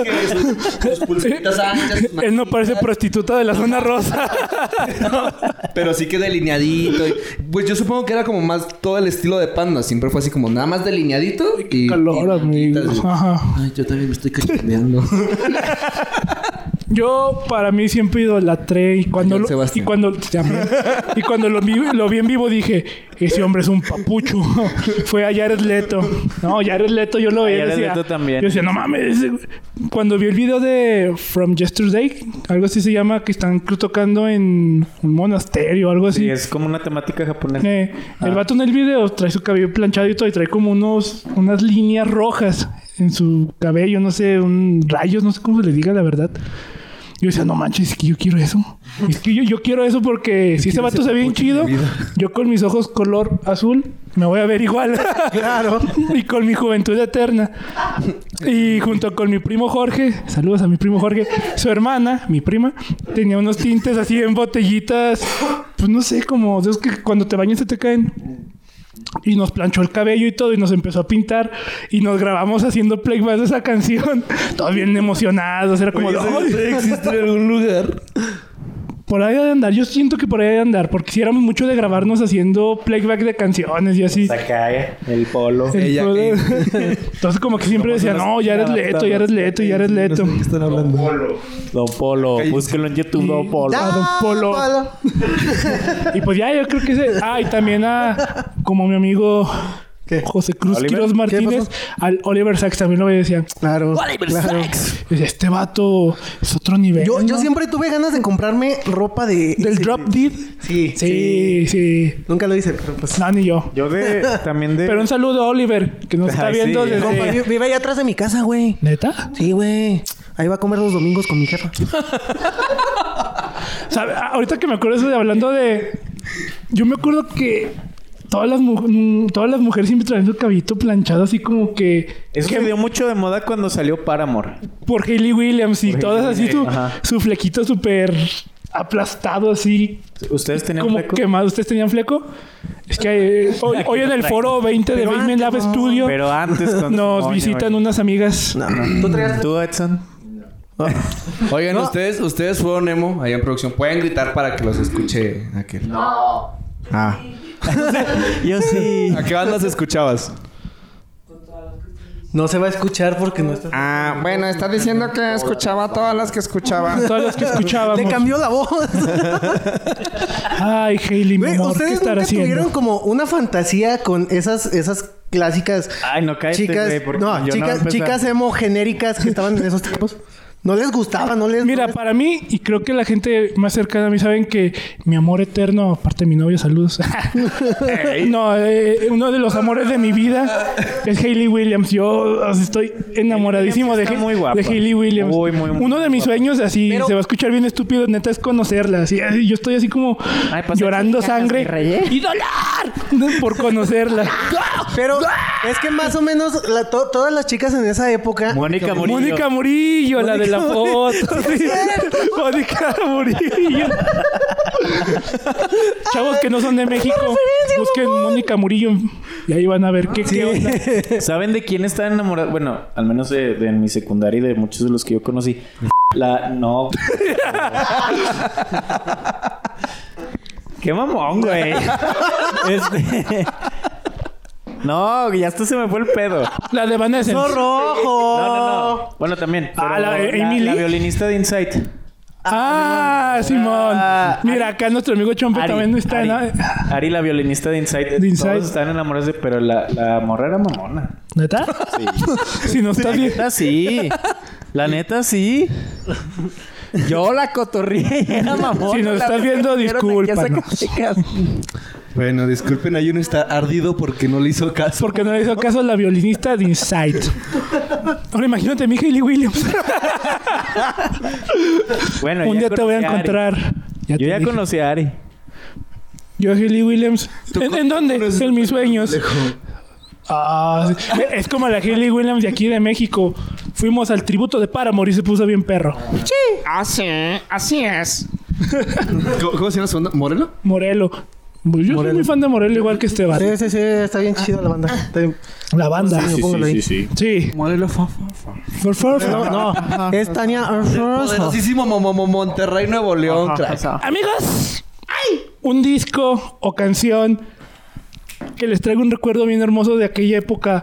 Speaker 1: que sus- sus pulseritas anchas, sus
Speaker 3: Él no parece
Speaker 1: manguitas,
Speaker 3: prostituta de la zona rosa.
Speaker 1: pero sí que delineadito. y- pues yo supongo que era como más todo el estilo de panda. Siempre fue así como nada más delineadito. Y,
Speaker 3: Calor,
Speaker 1: y manguitas,
Speaker 3: amigos.
Speaker 1: y-
Speaker 3: Ajá.
Speaker 1: Ay, yo también me estoy cachondeando.
Speaker 3: Yo, para mí, siempre idolatré. Y cuando
Speaker 1: Joan
Speaker 3: lo,
Speaker 1: Sebastián.
Speaker 3: y cuando, también. y cuando lo, vi, lo vi en vivo, dije: Ese hombre es un papucho. [laughs] Fue a Jared Leto. No, Jared Leto, yo lo veía. y
Speaker 4: Jared
Speaker 3: decía-
Speaker 4: Leto también.
Speaker 3: Yo decía: No mames. ese güey". Cuando vi el video de From Yesterday, algo así se llama, que están tocando en un monasterio o algo así.
Speaker 4: Sí, es como una temática japonesa.
Speaker 3: Eh, El vato en el video trae su cabello planchado y todo, y trae como unos, unas líneas rojas en su cabello, no sé, un rayos, no sé cómo se le diga la verdad. Yo decía, no manches, es que yo quiero eso. Es que yo, yo quiero eso porque si ese vato se ve bien chido, yo con mis ojos color azul me voy a ver igual. [laughs]
Speaker 2: Claro.
Speaker 3: y con mi juventud eterna. Y junto con mi primo Jorge, saludos a mi primo Jorge, su hermana, mi prima, tenía unos tintes así en botellitas, pues no sé, como de esos que cuando te bañas se te caen. Y nos planchó el cabello y todo, y nos empezó a pintar, y nos grabamos haciendo playback de esa canción, todos bien emocionados, era como... "Ay".
Speaker 1: existe en algún lugar.
Speaker 3: Por ahí ha de andar, yo siento que por ahí ha de andar, porque si éramos mucho de grabarnos haciendo playback de canciones y así.
Speaker 4: Sakai, eh, el polo.
Speaker 3: El
Speaker 1: Ella-
Speaker 3: poder.
Speaker 2: [laughs]
Speaker 3: Entonces, como que siempre decía, no, ya eres leto, ya eres leto, ya eres leto.
Speaker 4: Don Polo. Búsquelo en YouTube, Don Polo.
Speaker 3: Ah, don Polo. Y pues ya, yo creo que ese. Ah, y también a. Como mi amigo. José Cruz
Speaker 4: ¿Oliver?
Speaker 3: Quiroz Martínez, al Oliver Sacks también lo decía.
Speaker 2: Claro. claro.
Speaker 3: Decía, Este vato es otro nivel.
Speaker 2: Yo, yo
Speaker 3: ¿no?".
Speaker 2: siempre tuve ganas de comprarme ropa de.
Speaker 3: Del
Speaker 2: sí,
Speaker 3: Drop
Speaker 2: sí.
Speaker 3: Dead.
Speaker 2: Sí,
Speaker 3: Sí, sí.
Speaker 2: Nunca lo hice, pero pues.
Speaker 3: No, ni yo.
Speaker 4: Yo
Speaker 3: [laughs]
Speaker 4: de... También de...
Speaker 3: Pero un saludo a Oliver, que nos está
Speaker 4: Ay,
Speaker 3: viendo
Speaker 4: sí.
Speaker 3: desde.
Speaker 2: Compa, vi- vive allá atrás de mi casa, güey.
Speaker 3: ¿Neta?
Speaker 2: Sí, güey. Ahí va a comer los domingos con mi jefa.
Speaker 3: O sea, a- ahorita que me acuerdo eso de hablando de. Yo me acuerdo que todas las, mu- mm, todas las mujeres siempre traen su cabellito planchado así como que...
Speaker 4: Eso
Speaker 3: que
Speaker 4: se dio mucho de moda cuando salió Paramore.
Speaker 3: por Hayley Williams y todas así su,
Speaker 4: ajá.
Speaker 3: su flequito súper aplastado así.
Speaker 4: ¿Ustedes tenían
Speaker 3: Como
Speaker 4: fleco?
Speaker 3: quemado. ¿Ustedes tenían fleco? Es que eh, hoy, hoy en el foro 20 de Basement Lab Studio
Speaker 4: Pero antes con
Speaker 3: nos
Speaker 4: Simone,
Speaker 3: visitan
Speaker 4: güey.
Speaker 3: unas amigas.
Speaker 2: ¿Tú traías
Speaker 4: ¿Tú, Edson?
Speaker 1: Oigan, ustedes, ustedes fueron emo allá en producción. Pueden gritar para que los escuche aquel. No. Ah.
Speaker 4: Yo sí.
Speaker 1: ¿A qué bandas escuchabas?
Speaker 2: No se va a escuchar porque [laughs] no está.
Speaker 5: Ah, bueno, está diciendo que escuchaba todas las que escuchaba.
Speaker 3: Todas
Speaker 4: [laughs]
Speaker 3: las que
Speaker 2: Le
Speaker 3: escuchábamos.
Speaker 2: cambió la voz.
Speaker 3: Ay, Hayley, mi
Speaker 2: Güey,
Speaker 3: amor, ¿qué
Speaker 2: ustedes
Speaker 3: estará
Speaker 2: nunca tuvieron
Speaker 3: haciendo?
Speaker 2: como una fantasía con esas, esas clásicas
Speaker 4: Ay, no Ah, cállate,
Speaker 2: chicas.
Speaker 4: güey, porque yo
Speaker 2: no,
Speaker 4: no voy a
Speaker 2: chicas,
Speaker 4: empezar.
Speaker 2: chicas emo genéricas que estaban en esos tiempos. No les gustaba, no les.
Speaker 3: Mira, para mí, y creo que la gente más cercana a mí saben que mi amor eterno, aparte de mi novio, saludos. no, eh, uno de los amores de mi vida es Hayley Williams. Yo o sea, estoy enamoradísimo de,
Speaker 4: Está
Speaker 3: Ha-
Speaker 4: muy guapa.
Speaker 3: de Hayley Williams.
Speaker 4: Muy, muy, muy
Speaker 3: uno de mis sueños, así,
Speaker 2: Pero-
Speaker 3: se va a escuchar bien estúpido, neta, es conocerla. Así, así, yo estoy así como
Speaker 4: Ay, pues,
Speaker 3: llorando
Speaker 4: esas cajas, mi rey,
Speaker 3: sangre
Speaker 4: ¿eh?
Speaker 3: y dolor por conocerla.
Speaker 2: Pero es que más o menos la- to- todas las chicas en esa época.
Speaker 4: Mónica Murillo.
Speaker 3: Mónica Murillo, la de la foto. sí. Mónica Murillo. Chavos que no son de México, busquen Mónica Murillo y ahí van a ver qué, qué onda.
Speaker 4: ¿Saben de quién están enamorados? Bueno, al menos de, de mi secundaria y de muchos de los que yo conocí. La... No. Qué mamón, güey. Este... No, ya hasta se me fue el pedo.
Speaker 3: La de Vanessa.
Speaker 2: ¡No, rojo!
Speaker 4: No, no, no. Bueno, también.
Speaker 3: Ah,
Speaker 4: pero
Speaker 3: la- Emily.
Speaker 4: La violinista de Insight.
Speaker 3: Ah, Simón.
Speaker 4: Ah,
Speaker 3: Mira, acá nuestro amigo Chompe también está
Speaker 4: Ari,
Speaker 3: en la...
Speaker 4: Ari, la violinista de Insight.
Speaker 3: De Inside.
Speaker 4: Todos están enamorados de... Pero la, la morra era mamona.
Speaker 3: ¿Neta? Sí. [laughs] Si no está
Speaker 4: La
Speaker 3: bien.
Speaker 4: neta sí. La neta sí. Yo la cotorrié y [laughs] era mamón.
Speaker 3: Si nos estás viendo, discúlpanos.
Speaker 1: Bueno, disculpen, hay uno está ardido porque no le hizo caso.
Speaker 3: Porque no le hizo caso a la violinista de Insight. Ahora imagínate a mi Hayley
Speaker 4: [laughs]
Speaker 3: Williams.
Speaker 4: Bueno,
Speaker 3: Un
Speaker 4: ya
Speaker 3: día te voy a
Speaker 4: conocí Ari.
Speaker 3: encontrar. Ya te
Speaker 4: Yo ya
Speaker 3: dije.
Speaker 4: conocí a Ari.
Speaker 3: Yo, Hayley Williams. ¿En, en dónde? En mis sueños. Ah, sí. es como la Hayley Williams de aquí de México. Fuimos al tributo de Paramore y se puso bien perro.
Speaker 5: Ah, sí, [laughs] así es.
Speaker 1: ¿Cómo, cómo se llama su onda? ¿Morelo?
Speaker 3: Morelo. Pues Yo soy muy fan de Morelo, igual que este vato.
Speaker 2: Sí, sí, sí, está bien chida la banda. Está bien-
Speaker 3: La banda.
Speaker 2: Sí,
Speaker 3: Sí.
Speaker 2: póngalo ahí.
Speaker 3: Por favor.
Speaker 2: No, no. Es Tania Armstrong.
Speaker 1: Poderosísimo Momo- Momo- Monterrey, Nuevo León, crack.
Speaker 3: [laughs] Amigos, ¡ay! un disco o canción que les traigo un recuerdo bien hermoso de aquella época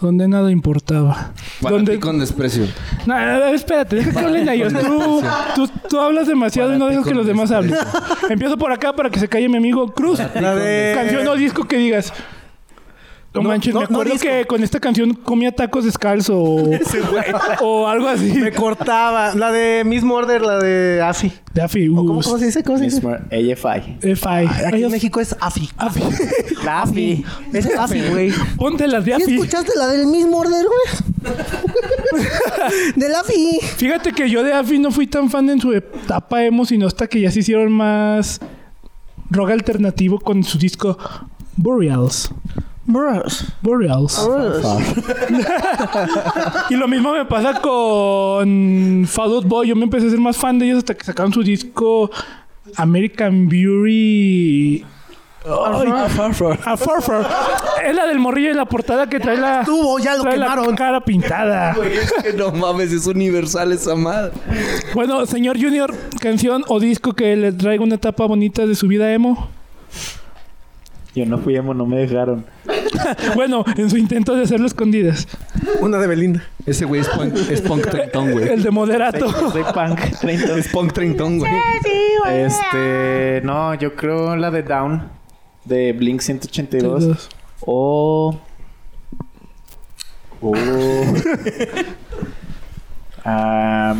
Speaker 3: donde nada importaba.
Speaker 1: Para
Speaker 3: donde
Speaker 1: ti con desprecio.
Speaker 3: No, no, no, espérate, deja que hablen ellos. Tú, tú, tú hablas demasiado y no dejas que los demás hablen. Empiezo por acá para que se calle mi amigo Cruz.
Speaker 2: La de-
Speaker 3: Canción o disco que digas. No,
Speaker 2: No,
Speaker 3: manches,
Speaker 2: no,
Speaker 3: me
Speaker 2: no
Speaker 3: acuerdo
Speaker 2: disco.
Speaker 3: que con esta canción comía tacos descalzo
Speaker 2: [laughs]
Speaker 3: o, o algo así.
Speaker 2: Me cortaba. La de Miss Murder, la de Afi.
Speaker 3: De Afi.
Speaker 2: ¿O ¿Cómo,
Speaker 3: uh,
Speaker 2: cómo se dice? ¿Cómo se dice?
Speaker 4: Smart- AFI.
Speaker 3: F.I.
Speaker 2: Aquí en
Speaker 3: Ellos-
Speaker 2: México es Afi.
Speaker 3: Afi.
Speaker 4: Lafi.
Speaker 2: Es Afi, güey.
Speaker 3: Ponte las de
Speaker 2: ¿Y
Speaker 3: Afi.
Speaker 2: escuchaste la del Miss Murder, güey?
Speaker 3: [laughs]
Speaker 2: del Afi.
Speaker 3: Fíjate que yo de Afi no fui tan fan en su etapa emo, sino hasta que ya se hicieron más rock alternativo con su disco Burials.
Speaker 2: Bros.
Speaker 3: Burials. Oh.
Speaker 2: Bros.
Speaker 3: [laughs] Y lo mismo me pasa con Fall Out Boy. Yo me empecé a ser más fan de ellos hasta que sacaron su disco American Beauty. Ay, A Far Far. Es la del morrillo de la portada que trae la.
Speaker 2: Tuvo, oh, ya lo
Speaker 3: trae la
Speaker 2: quemaron.
Speaker 3: cara pintada.
Speaker 1: Es que no mames, es universal esa madre.
Speaker 3: Bueno, señor Junior, canción o disco que le traiga una etapa bonita de su vida emo.
Speaker 4: Yo no fui emo, no me dejaron.
Speaker 3: Bueno, en su intento de hacerlo escondidas.
Speaker 2: Una de Belinda.
Speaker 1: Ese güey es punk, es punk treintón, güey.
Speaker 3: El de moderato.
Speaker 4: Yo Soy punk.
Speaker 1: Es punk treintón, güey.
Speaker 4: Este, no, yo creo la de Down de Blink 182 o o [laughs] Ah,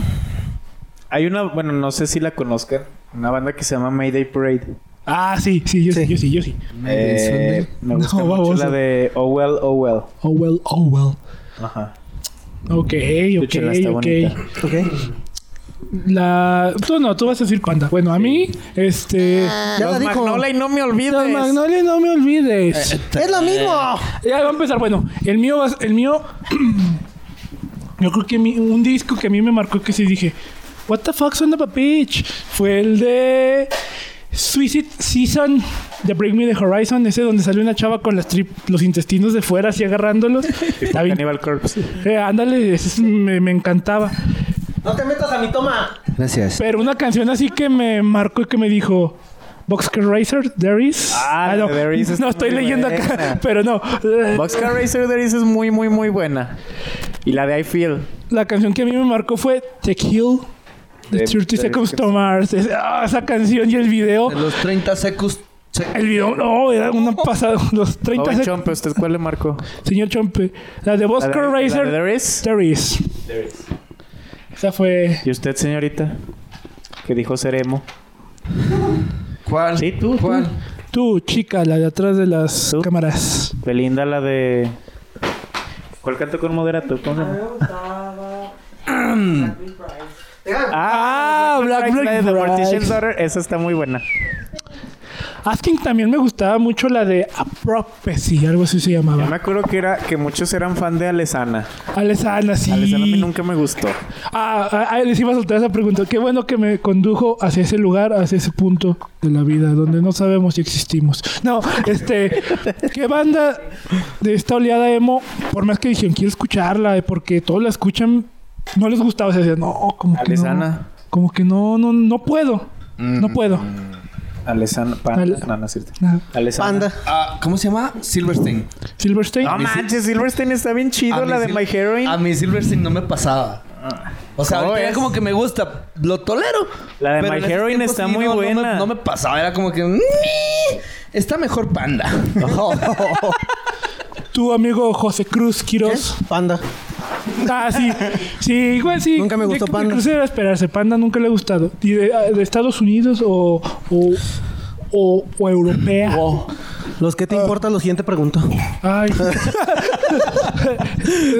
Speaker 4: hay una, bueno, no sé si la conozcan, una banda que se llama Mayday Parade.
Speaker 3: Ah, sí, sí, yo sí, yo sí, yo sí.
Speaker 4: Eh, me gusta [laughs]
Speaker 3: No,
Speaker 4: mucho
Speaker 3: baboso.
Speaker 4: la de Oh Well, Oh Well.
Speaker 3: Oh well, oh well.
Speaker 4: Ajá.
Speaker 3: Ok, ok,
Speaker 4: Escúchala, está
Speaker 3: ok.
Speaker 4: bonita.
Speaker 2: Ok.
Speaker 3: La. Tú no, tú vas a decir panda. Bueno, a mí, este.
Speaker 2: Ya la dijo. Eh,
Speaker 4: Magnolia y no me olvides.
Speaker 3: Don Magnolia, no me olvides.
Speaker 2: ¡Es lo mismo!
Speaker 3: Ya va a empezar. Bueno, el mío, va- el mío. [clears throat] yo creo que mi- un disco que a mí me marcó que sí dije, What the fuck son the bitch? Fue el de Suicide Season de Bring Me the Horizon, ese donde salió una chava con las trip- los intestinos de fuera así agarrándolos. Está bien.
Speaker 4: Cannibal Corpse.
Speaker 3: Eh, ándale, ese es- me, me encantaba.
Speaker 2: No te metas a mi toma.
Speaker 1: Gracias.
Speaker 3: Pero una canción así que me marcó y que me dijo. Boxcar Racer, There Is.
Speaker 4: Ah,
Speaker 3: no,
Speaker 4: There [laughs] Is
Speaker 3: [laughs]
Speaker 4: es
Speaker 3: no estoy
Speaker 4: muy
Speaker 3: leyendo acá, [laughs]
Speaker 4: buena.
Speaker 3: pero no.
Speaker 4: Boxcar Racer There Is es muy, muy, muy buena. Y la de I Feel.
Speaker 3: La canción que a mí me marcó fue The Kill de
Speaker 4: De este
Speaker 3: 30 Seconds
Speaker 4: 30
Speaker 3: to Mars. Es- ah, esa canción y el video.
Speaker 1: De los 30 secos.
Speaker 3: El video, no, era
Speaker 4: [laughs]
Speaker 3: una pasada. Los 30
Speaker 4: Joven
Speaker 3: segundos.
Speaker 4: Chompe, ¿usted cuál le [laughs] marcó?
Speaker 3: Señor Chompe. La de
Speaker 4: La de-
Speaker 3: Oscar
Speaker 4: la de
Speaker 3: Racer.
Speaker 4: There Is.
Speaker 3: There is. Esa fue.
Speaker 4: ¿Y usted, señorita? Que dijo ser emo.
Speaker 1: ¿Cuál?
Speaker 4: Sí, tú, tú.
Speaker 1: ¿Cuál?
Speaker 3: Tú, chica, la de atrás de las
Speaker 4: ¿Tú?
Speaker 3: cámaras.
Speaker 4: Belinda, la de. ¿Cuál canto con moderato? ¿Cómo se llama? [clears throat] Ah, Black
Speaker 3: Black
Speaker 4: Friday, The
Speaker 3: Friday.
Speaker 4: Mortician's Daughter. Esa está muy buena.
Speaker 3: Asking también me gustaba mucho la de A Prophecy, algo así se
Speaker 4: Yo me
Speaker 3: llamaba.
Speaker 4: acuerdo que era que muchos eran fan de Alesana.
Speaker 3: Alessandra, sí.
Speaker 4: Alesana a mí nunca me gustó.
Speaker 3: Ah, ah, ah, les iba a soltar esa pregunta. Qué bueno que me condujo hacia ese lugar, hacia ese punto de la vida donde no sabemos si existimos. No,
Speaker 4: [laughs]
Speaker 3: este, ¿qué banda de esta oleada emo? Por más que dijeron, quiero escucharla, eh, porque todos la escuchan, no les gustaba. O sea, decían, no, como que no,
Speaker 4: Alesana.
Speaker 3: como que no, no, no puedo, no puedo.
Speaker 4: Alesana. Panda.
Speaker 3: Al-
Speaker 4: No, no es cierto.
Speaker 3: Nada.
Speaker 4: Alesana.
Speaker 2: Panda.
Speaker 1: Ah, ¿Cómo se llama? Silverstein.
Speaker 3: Silverstein.
Speaker 4: No manches, Silverstein está bien
Speaker 1: A
Speaker 4: chido.
Speaker 1: mí
Speaker 4: La de
Speaker 1: Sil-
Speaker 4: My Heroine. Ah.
Speaker 1: A mí Silverstein no me pasaba. O sea,
Speaker 4: ¿Cómo
Speaker 1: ahorita ya
Speaker 4: ves?
Speaker 1: como que me gusta, lo tolero.
Speaker 4: La de
Speaker 1: Pero
Speaker 4: My
Speaker 1: en esos
Speaker 4: Heroine
Speaker 1: tiempos
Speaker 4: está
Speaker 1: sí,
Speaker 4: muy
Speaker 1: no, no me-
Speaker 4: buena.
Speaker 1: No me, pasaba, era como que. "Mm, Está mejor
Speaker 4: [laughs]
Speaker 1: panda.
Speaker 3: Tu amigo José Cruz Quiroz.
Speaker 2: Panda.
Speaker 3: Ah, sí. Sí, igual sí.
Speaker 2: Nunca me gustó
Speaker 3: De- de
Speaker 2: Panda.
Speaker 3: Cruz era esperarse. Panda nunca le ha gustado. Y de, ah, de Estados Unidos o... o o, o europea.
Speaker 2: Los que te importa, lo siguiente pregunto.
Speaker 3: Ay.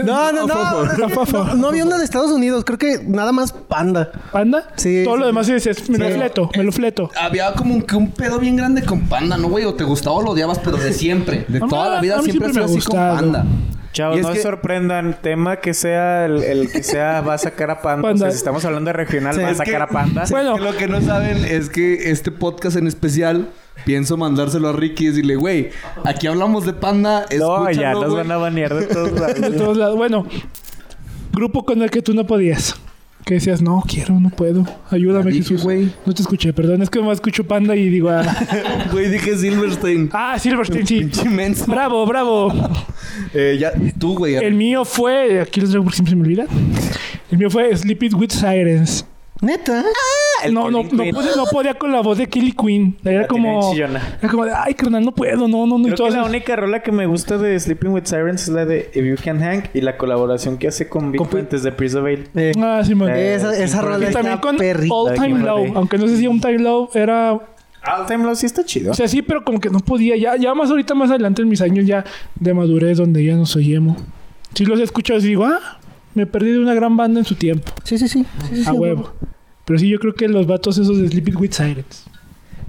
Speaker 2: No, no, no.
Speaker 3: No, por favor.
Speaker 2: No, no había una de Estados Unidos. Creo que nada más panda.
Speaker 3: ¿Panda?
Speaker 2: Sí,
Speaker 3: Todo
Speaker 2: sí,
Speaker 3: lo
Speaker 2: sí.
Speaker 3: demás es, es- me lo fleto, me lo fleto.
Speaker 1: Había como un- que un pedo bien grande con panda, ¿no, güey? O te gustaba o lo odiabas, pero de
Speaker 4: [laughs]
Speaker 1: siempre. De
Speaker 3: A mí-
Speaker 1: toda la
Speaker 3: a
Speaker 1: vida
Speaker 3: mí
Speaker 1: siempre,
Speaker 3: siempre
Speaker 1: ha
Speaker 3: me
Speaker 1: sido así con
Speaker 3: ha gustado.
Speaker 1: panda.
Speaker 4: Chavos,
Speaker 1: Y es
Speaker 4: no
Speaker 1: que-
Speaker 4: se sorprendan. Tema que sea el, el que sea, va a sacar a Panda. O sea,
Speaker 3: Panda.
Speaker 4: si estamos hablando de regional,
Speaker 2: Sí,
Speaker 4: va a
Speaker 2: es
Speaker 4: sacar
Speaker 1: que-
Speaker 4: a Panda.
Speaker 3: Bueno.
Speaker 1: Es que lo que no saben es que este podcast en especial pienso mandárselo a Ricky y decirle, güey, aquí hablamos de panda.
Speaker 4: No, ya
Speaker 1: escúchalo,
Speaker 4: nos
Speaker 1: güey".
Speaker 4: van a banear de
Speaker 1: [laughs]
Speaker 4: todos
Speaker 3: De
Speaker 4: lados.
Speaker 3: todos lados. Bueno, grupo con el que tú no podías. Que decías, no quiero, no puedo. Ayúdame,
Speaker 1: dije,
Speaker 3: Jesús.
Speaker 1: güey.
Speaker 3: No te escuché, perdón. Es que más escucho Panda y digo, ah,
Speaker 1: Güey, dije Silverstein.
Speaker 3: ah Silverstein,
Speaker 2: [laughs]
Speaker 3: sí.
Speaker 1: Pinche menso.
Speaker 3: Bravo, bravo.
Speaker 1: Eh, ya, tú, güey.
Speaker 3: El mío fue. Aquí los traigo porque siempre se me olvida. El mío fue Sleep It With Sirens.
Speaker 2: Neta.
Speaker 3: No, no, no,
Speaker 4: Killing Queen.
Speaker 3: podía, no podía con la voz de Kelly Queen. Era
Speaker 4: La
Speaker 3: como.
Speaker 4: tiene chillona.
Speaker 3: Era como, de, ay, carnal, no puedo, no, ah, no, no. Y
Speaker 4: Creo que
Speaker 3: todas
Speaker 4: la
Speaker 3: esas-
Speaker 4: única rola que me gusta de Sleeping with Sirens es la de If You Can Hang y la colaboración que hace con Big
Speaker 2: Con Pi-
Speaker 4: Fuentes de Prison Veil.
Speaker 2: Eh,
Speaker 3: Ah, sí, man.
Speaker 4: Eh,
Speaker 2: esa esa
Speaker 4: sí,
Speaker 2: rola
Speaker 4: porque
Speaker 3: Y también
Speaker 2: está
Speaker 3: con
Speaker 2: perrita.
Speaker 3: All
Speaker 4: Aquí
Speaker 3: Time
Speaker 4: me
Speaker 3: Low.
Speaker 4: perdí.
Speaker 3: Aunque no sé si All Time Low era. O
Speaker 1: Ah,
Speaker 4: All Time Low sí está chido.
Speaker 3: sea, sí, pero como que no podía. Ya, ya más ahorita, más adelante en mis años ya de madurez, donde ya no soy emo. Si los escucho y digo, ah, me perdí de una gran banda en su tiempo.
Speaker 2: Sí, sí, sí. Sí, sí, sí,
Speaker 3: a huevo. Pero sí, yo creo que los vatos esos de Sleep It With Sirens.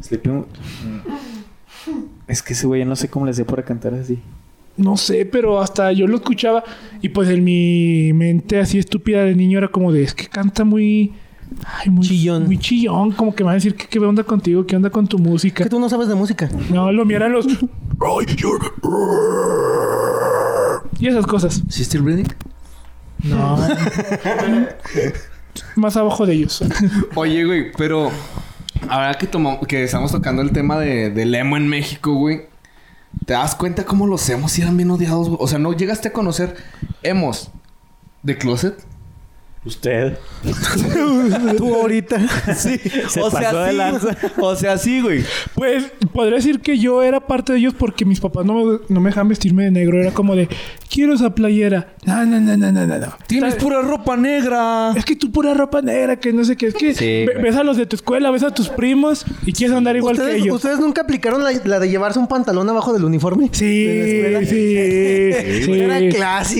Speaker 4: Sleeping... Mm. Es que ese güey, yo no sé cómo le hacía para cantar así.
Speaker 3: No sé, pero hasta yo lo escuchaba y pues en mi mente así estúpida de niño era como de, es que canta muy... Ay, muy
Speaker 2: Chillón.
Speaker 3: Muy chillón, como que me va a decir que qué onda contigo, qué onda con tu música.
Speaker 2: Que tú no sabes de música.
Speaker 3: No, lo miran los... y esas cosas.
Speaker 1: ¿Sister Reading?
Speaker 3: No. Más abajo de ellos.
Speaker 1: Oye, güey, pero ahora que, tomo- que estamos tocando el tema de, del emo en México, güey, ¿te das cuenta cómo los emos eran bien odiados? güey? O sea, ¿no llegaste a conocer emos de closet?
Speaker 4: Usted.
Speaker 2: Tú ahorita.
Speaker 1: Sí,
Speaker 4: Se pasó de lanza.
Speaker 1: O sea, sí, güey.
Speaker 3: Pues podría decir que yo era parte de ellos porque mis papás no me, no me dejaban vestirme de negro. Era como de, quiero esa playera. No, no, no, no, no, no. no.
Speaker 1: Tienes
Speaker 3: Tal-
Speaker 1: pura ropa negra.
Speaker 3: Es que tú pura ropa negra, que no sé qué. Es que
Speaker 1: Sí,
Speaker 3: ve-
Speaker 1: güey.
Speaker 3: ves a los de tu escuela, ves a tus primos y quieres andar igual que
Speaker 2: ¿Ustedes,
Speaker 3: ellos.
Speaker 2: ustedes nunca aplicaron la, la de llevarse un pantalón abajo del uniforme? de la
Speaker 3: Sí, sí,
Speaker 2: escuela?
Speaker 3: sí,
Speaker 2: Era
Speaker 3: sí,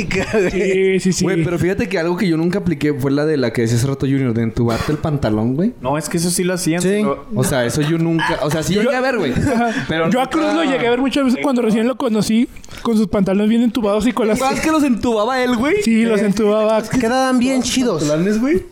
Speaker 2: clásica, güey.
Speaker 3: sí, sí, sí.
Speaker 1: Güey, pero fíjate que algo que yo nunca apliqué fue la de la que decía hace rato Junior, de entubarte el pantalón, güey.
Speaker 4: No, es que eso sí lo hacían.
Speaker 2: Sí.
Speaker 4: pero-
Speaker 1: O sea, eso yo nunca. O sea, sí yo llegué a ver,
Speaker 3: [laughs]
Speaker 1: güey. [laughs] Pero
Speaker 3: Yo a Cruz lo llegué a ver muchas veces cuando recién lo conocí, con sus pantalones bien entubados y con las...
Speaker 1: ¿Sabes que los entubaba él, güey?
Speaker 3: Sí, los entubaba.
Speaker 2: Quedaban bien chidos.
Speaker 1: ¿Pantalones,
Speaker 3: [laughs]
Speaker 1: güey?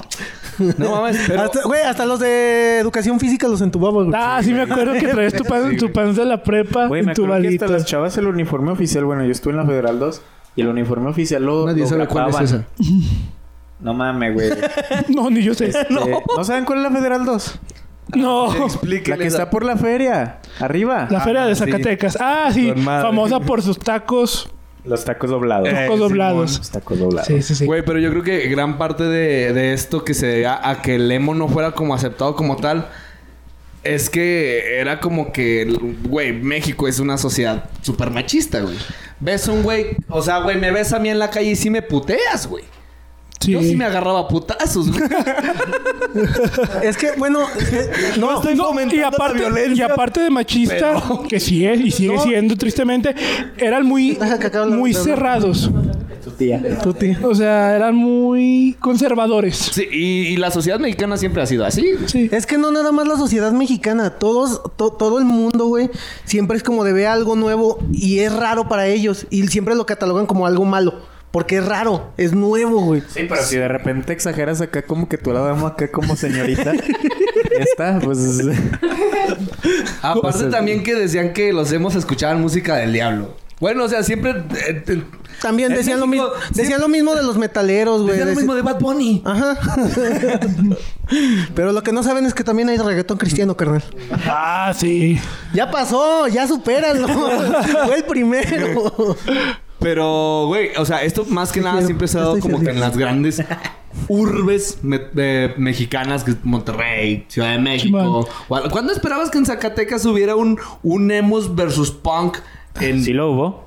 Speaker 1: No mames, pero.
Speaker 2: Hasta, güey, hasta los de educación física los entubaba, güey.
Speaker 3: Ah, sí me acuerdo que traías tu pan, tu pan de la prepa
Speaker 4: Güey, me
Speaker 3: en tu
Speaker 4: acuerdo que hasta
Speaker 3: baldita.
Speaker 4: las chavas el uniforme oficial. Bueno, yo estuve en la Federal 2 y el uniforme oficial lo,
Speaker 1: Nadie
Speaker 4: lo
Speaker 1: sabe cuál
Speaker 4: grapaban.
Speaker 1: es esa.
Speaker 4: No mames, güey.
Speaker 3: No, ni yo sé.
Speaker 4: Eh, ¿No saben cuál es la Federal 2?
Speaker 3: No.
Speaker 4: La que está por la feria. Arriba.
Speaker 3: La feria de
Speaker 1: sí.
Speaker 3: Zacatecas. Ah, sí.
Speaker 1: Con madre.
Speaker 3: Famosa por sus tacos,
Speaker 4: Los tacos doblados.
Speaker 1: Eh,
Speaker 3: tacos doblados.
Speaker 4: Los tacos doblados.
Speaker 3: Sí, sí, sí.
Speaker 1: Güey, pero yo creo que gran parte de, de esto que se debía a que el emo no fuera como aceptado como tal es que era como que, güey, México es una sociedad súper machista, güey. Ves un güey, o sea, güey, me ves a mí en la calle y sí me puteas, güey.
Speaker 3: Sí.
Speaker 1: Yo sí me agarraba a putazos, güey.
Speaker 2: Es que, bueno, eh, no,
Speaker 3: No, y aparte, y aparte de machista, que sí es y sigue siendo tristemente, eran muy,
Speaker 2: Deja que acabe la-
Speaker 3: muy
Speaker 2: la-
Speaker 3: cerrados.
Speaker 4: Tu tía.
Speaker 2: Tú, tío.
Speaker 3: O sea, eran muy conservadores.
Speaker 1: Sí, y, y la sociedad mexicana siempre ha sido así. güey.
Speaker 3: Sí.
Speaker 2: Es que no nada más la sociedad mexicana, todos, to- todo el mundo, güey, siempre es como de ve algo nuevo y es raro para ellos y siempre lo catalogan como algo malo, porque es raro, es nuevo, güey.
Speaker 4: Sí, pero si de repente exageras acá como que tú la damos acá como señorita. ya está, pues. [laughs]
Speaker 1: Aparte
Speaker 4: Cosas,
Speaker 1: también que decían que los emos escuchaban música del diablo. Bueno, o sea, siempre... eh, eh,
Speaker 2: También
Speaker 1: En
Speaker 2: decían lo
Speaker 1: México
Speaker 2: mismo, decían lo mismo de los metaleros, güey.
Speaker 1: decían lo
Speaker 2: deci-
Speaker 1: mismo de Bad Bunny.
Speaker 2: Ajá. Pero lo que no saben es que también hay reggaetón cristiano, carnal.
Speaker 3: Ah, sí.
Speaker 2: Ya pasó, ya supéralo. Fue el primero.
Speaker 1: Pero, güey, o sea, esto más que nada
Speaker 2: quiero.
Speaker 1: siempre se ha dado
Speaker 2: Estoy
Speaker 1: como que
Speaker 2: feliz.
Speaker 1: en las grandes urbes me- eh, mexicanas, que es Monterrey, Ciudad de México. Guadal- ¿Cuándo esperabas que en Zacatecas hubiera un, un emos versus punk? En,
Speaker 4: Sí lo hubo.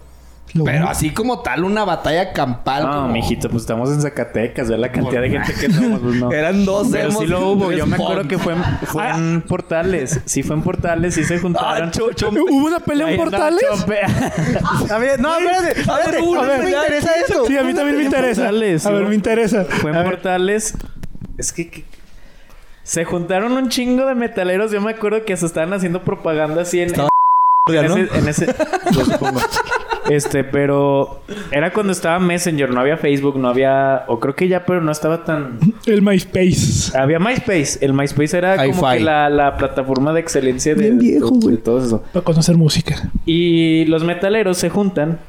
Speaker 3: Lo-
Speaker 1: pero así como tal, una batalla campal.
Speaker 4: No,
Speaker 1: como-
Speaker 4: mijito, pues estamos en Zacatecas, ve la cantidad de gente que somos, pues no.
Speaker 1: Eran dos
Speaker 4: Pero
Speaker 1: emos
Speaker 4: sí
Speaker 1: y
Speaker 4: lo hubo,
Speaker 1: tres
Speaker 4: yo me acuerdo
Speaker 1: punk. [laughs]
Speaker 4: que fue en, fue en Portales. Sí fue en Portales, sí se juntaron.
Speaker 1: Ah, cho- chompe.
Speaker 3: ¿Hubo una pelea
Speaker 4: Ahí
Speaker 3: en
Speaker 4: andaba
Speaker 3: Portales?
Speaker 4: [laughs] Chompe.
Speaker 2: A ver, no, espérate, espérate.
Speaker 1: ver, uno,
Speaker 2: a ver, me
Speaker 1: ya,
Speaker 2: interesa esto.
Speaker 3: Sí, a mí también me interesa.
Speaker 4: Portales,
Speaker 3: A ver,
Speaker 4: ¿no?
Speaker 3: me interesa.
Speaker 4: fue en Portales. Es que, que- se juntaron un chingo de metaleros. Yo me acuerdo que se estaban haciendo propaganda así en,
Speaker 1: Estaba
Speaker 4: en
Speaker 1: ¿no?
Speaker 4: ese, en ese- lo supongo. Este, pero era cuando estaba Messenger, no había Facebook, no había, o creo que ya, pero no estaba tan
Speaker 3: El MySpace.
Speaker 4: Había MySpace. El MySpace era como
Speaker 1: Hi-Fi.
Speaker 4: que la, la plataforma de excelencia de,
Speaker 2: Bien viejo,
Speaker 4: de- de
Speaker 2: güey.
Speaker 4: todo eso.
Speaker 3: Para conocer música.
Speaker 4: Y los metaleros se juntan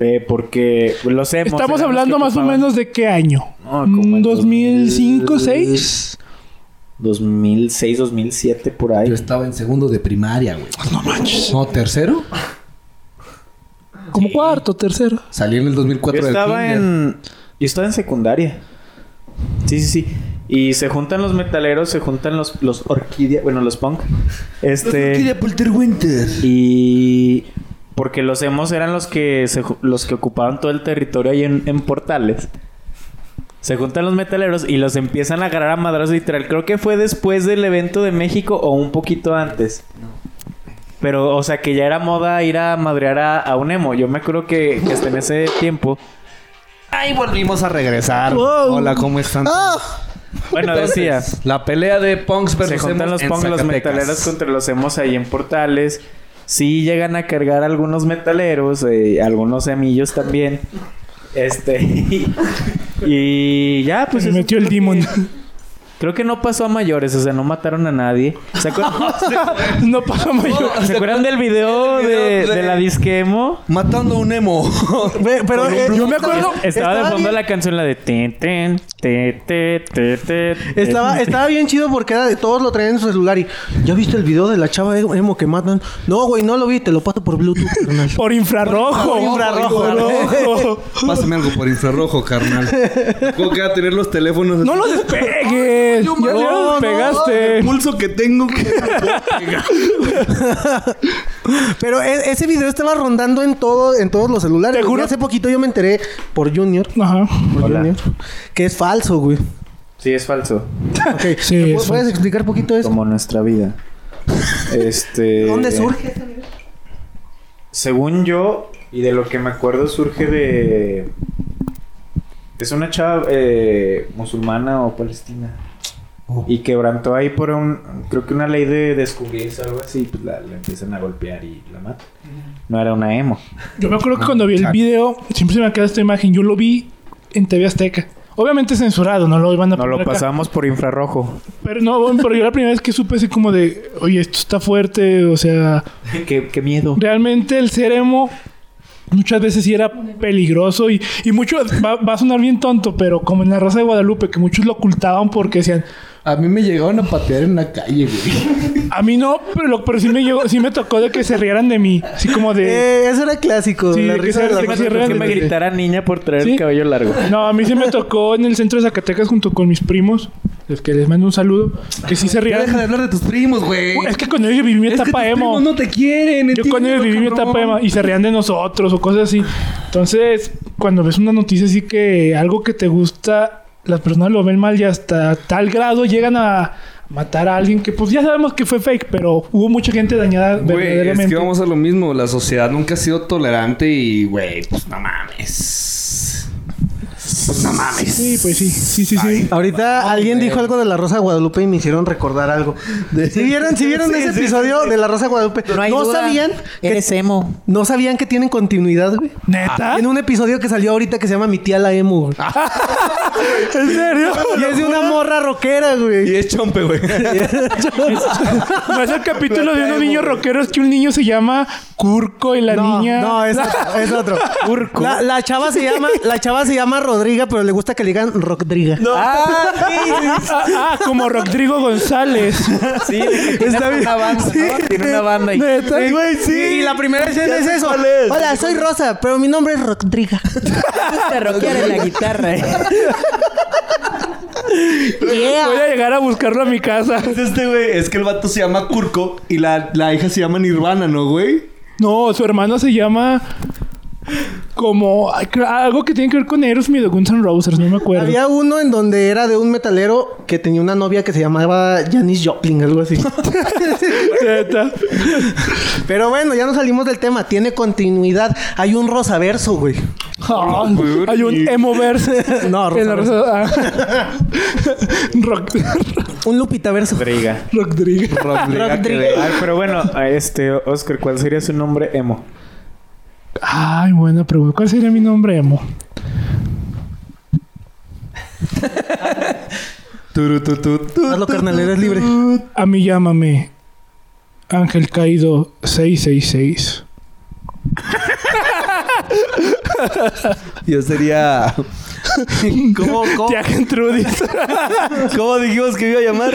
Speaker 4: eh, porque los hemos...
Speaker 3: Estamos hablando más o menos de qué año. Mm,
Speaker 4: No, Ah, como en
Speaker 3: 2005,
Speaker 4: 2000.
Speaker 3: 2006.
Speaker 4: 2006, 2007, por ahí.
Speaker 1: Yo estaba en segundo de primaria, güey.
Speaker 3: No manches.
Speaker 1: No, tercero.
Speaker 3: Como cuarto, tercero.
Speaker 1: Salí en el 2004
Speaker 4: Yo
Speaker 1: del
Speaker 4: estaba
Speaker 1: kinder.
Speaker 4: en... Yo estaba en secundaria. Sí, sí, sí. Y se juntan los metaleros, se juntan los, los orquídea... Bueno, los punk. Este...
Speaker 1: Aquí de Polterwinter.
Speaker 4: Y porque los emos eran los que se ju- los que ocupaban todo el territorio ahí en, en portales. Se juntan los metaleros y los empiezan a agarrar a madrazos literal. Creo que fue después del evento de México o un poquito antes. Pero, o sea, que ya era moda ir a madrear a, a un emo. Yo me acuerdo que, que hasta en ese tiempo.
Speaker 1: Ahí volvimos a regresar.
Speaker 2: Wow. Ah.
Speaker 1: Hola, ¿cómo están?
Speaker 4: Bueno,
Speaker 1: Entonces,
Speaker 4: decía.
Speaker 1: La pelea de punks
Speaker 4: Se
Speaker 1: versus
Speaker 4: juntan
Speaker 1: emos
Speaker 4: los
Speaker 1: en
Speaker 4: punk, los
Speaker 1: Zacatecas.
Speaker 4: metaleros contra los emos ahí en portales. Sí llegan a cargar algunos metaleros, eh, algunos semillos también. Este. [laughs] Y, y ya, pues.
Speaker 3: Se
Speaker 4: eso
Speaker 3: metió el
Speaker 4: creo que-
Speaker 3: demon.
Speaker 4: Creo que no pasó a mayores, o sea, no mataron a nadie. ¿Se acuerdan,
Speaker 3: [laughs] No pasó mayor.
Speaker 4: ¿se acuerdan del video,
Speaker 1: del
Speaker 4: de,
Speaker 1: video de-
Speaker 4: de la disquemo?
Speaker 1: Matando a un [laughs] emo.
Speaker 2: Ve, Pero eh,
Speaker 3: Yo me acuerdo.
Speaker 4: Estaba de fondo
Speaker 2: bien-
Speaker 4: la canción la de tin, tin, tin, tin, tin, tin,
Speaker 2: Estaba,
Speaker 4: tin.
Speaker 2: estaba bien chido porque era de todos lo traían en su celular y ¿ya viste el video de la chava e-, emo que matan? No, güey, no lo vi, te lo paso por Bluetooth, carnal.
Speaker 3: Por infrarrojo.
Speaker 1: Por infrarrojo.
Speaker 3: Infrarrojo.
Speaker 1: Pásame algo por infrarrojo, carnal. ¿Cómo que va a tener los teléfonos?
Speaker 3: No los pegaste.
Speaker 1: Yo,
Speaker 3: Ya- ya
Speaker 1: no,
Speaker 3: los
Speaker 1: no,
Speaker 3: pegaste.
Speaker 1: El pulso que tengo. güey, no puedo pegar.
Speaker 2: Pero e- ese video estaba rondando en todo, en todos los celulares.
Speaker 3: Te
Speaker 2: güey.
Speaker 3: juro.
Speaker 2: Hace poquito yo me enteré por Junior,
Speaker 3: Ajá.
Speaker 2: por
Speaker 4: Hola.
Speaker 2: Junior, que es falso, güey.
Speaker 4: Sí, es falso.
Speaker 3: [laughs]
Speaker 2: Ok.
Speaker 3: Sí,
Speaker 2: ¿Me pu-
Speaker 3: es
Speaker 2: ¿Puedes
Speaker 3: falso.
Speaker 2: explicar poquito eso?
Speaker 4: Como nuestra vida. Este.
Speaker 2: ¿Dónde surge ese video?
Speaker 4: Según yo, y de lo que me acuerdo, surge de. Es una chava eh, musulmana o palestina. Y quebrantó ahí por un. Creo que una ley de descubrirse o algo así. Pues la, la empiezan a golpear y la matan. No era una emo.
Speaker 3: Yo me acuerdo que cuando vi el video, siempre se me queda esta imagen. Yo lo vi en TV Azteca. Obviamente censurado, no lo iban a
Speaker 4: No lo
Speaker 3: poner acá.
Speaker 4: pasamos por infrarrojo.
Speaker 3: Pero no, bueno, pero yo la primera vez que supe así como de, oye, esto está fuerte, o sea,
Speaker 4: [laughs] qué, qué miedo.
Speaker 3: realmente el ser emo muchas veces sí era peligroso y, y mucho, va, va a sonar bien tonto, pero como en la Rosa de Guadalupe, que muchos lo ocultaban porque decían,
Speaker 1: A mí me llegaron a patear en la calle, güey.
Speaker 3: a mí no, pero, lo, pero sí, me llegó, sí me tocó de que se rieran de mí, así como de...
Speaker 2: Eh, eso era clásico.
Speaker 3: Sí,
Speaker 2: la
Speaker 3: que
Speaker 2: risa
Speaker 3: sea-
Speaker 2: de la
Speaker 3: que
Speaker 2: raza.
Speaker 3: sea real.
Speaker 4: Que me gritara niña por traer
Speaker 3: Sí.
Speaker 4: el cabello largo. [laughs]
Speaker 3: No, a mí sí me tocó en el centro de Zacatecas junto con mis primos, los que les mando un saludo, que sí se
Speaker 1: Ya deja
Speaker 3: rieran.
Speaker 1: de hablar de tus primos, güey.
Speaker 3: Es que cuando yo viví mi
Speaker 1: Es que
Speaker 3: etapa
Speaker 1: tus
Speaker 3: emo...
Speaker 1: primos no te quieren.
Speaker 3: Yo cuando
Speaker 1: entiéndelo,
Speaker 3: viví mi
Speaker 1: cabrón.
Speaker 3: etapa emo, y se reían de nosotros o cosas así. Entonces, cuando ves una noticia así que algo que te gusta, las personas lo ven mal y hasta tal grado llegan a matar a alguien que pues ya sabemos que fue fake, pero hubo mucha gente dañada
Speaker 1: Güey,
Speaker 3: verdaderamente.
Speaker 1: es que vamos a lo mismo. La sociedad nunca ha sido tolerante y, güey, pues no mames. Pues no mames.
Speaker 3: Sí, pues sí, sí, sí, sí.
Speaker 2: Ahorita alguien dijo algo de la Rosa de Guadalupe y me hicieron recordar algo. Si vieron, si vieron ese episodio de la Rosa de Guadalupe, no, sabían que
Speaker 5: emo.
Speaker 2: no sabían que tienen continuidad, güey.
Speaker 3: ¿Neta?
Speaker 2: En un episodio que salió ahorita que se llama Mi tía la emo, güey.
Speaker 3: [laughs] ¿En serio?
Speaker 2: Y es de una morra rockera,
Speaker 1: Y
Speaker 3: [laughs]
Speaker 2: güey.
Speaker 1: es chompe, [laughs] güey.
Speaker 3: No es el capítulo de unos niños rockeros que un niño se llama Curco y la
Speaker 2: No,
Speaker 3: niña...
Speaker 2: no, es otro. Es otro. La, la chava se llama, la chava se llama Rodriga, pero le gusta que le digan Rodriga.
Speaker 3: Ah, ah, como Rodrigo González.
Speaker 4: Sí, está bien. Una banda, ¿no? Tiene una banda y...
Speaker 2: Sí, güey, sí. Y la primera escena es eso. Hola, soy Rosa, pero mi nombre es Rodriga.
Speaker 5: Te roquear en la guitarra.
Speaker 2: Yeah.
Speaker 3: Voy a llegar a buscarlo a mi casa.
Speaker 1: Este, güey, es que el vato se llama Curco y la, la hija se llama Nirvana, ¿no, güey?
Speaker 3: No, su hermano se llama como ay, cre- algo que tiene que ver con Aerosmith o Guns N' Roses, no me acuerdo.
Speaker 2: Había uno en donde era de un metalero que tenía una novia que se llamaba Janis Joplin, algo así.
Speaker 3: Neta.
Speaker 2: Pero bueno, ya nos salimos del tema. Tiene continuidad. Hay un rosaverso, güey.
Speaker 3: Ah, hay un emoverse.
Speaker 2: [laughs] No,
Speaker 3: En la
Speaker 2: rosaverso.
Speaker 3: raza- ah. [laughs] Rock
Speaker 2: Un lupitaverso.
Speaker 4: Briga.
Speaker 3: Rodrigo.
Speaker 1: Rodriga, que
Speaker 2: Rodrigo.
Speaker 1: ve-
Speaker 4: Ay, pero bueno, a este, Oscar, ¿cuál sería su nombre emo?
Speaker 3: Ay, buena pregunta. ¿Cuál sería mi nombre emo?
Speaker 1: Turu, tu, tu, tu.
Speaker 2: Hazlo, carnal, eres libre.
Speaker 3: A mí llámame Ángel Caído 666.
Speaker 1: Yo [laughs] sería. ¿Cómo, cómo,
Speaker 3: Jack and Trudy.
Speaker 1: cómo dijimos que me iba a llamar?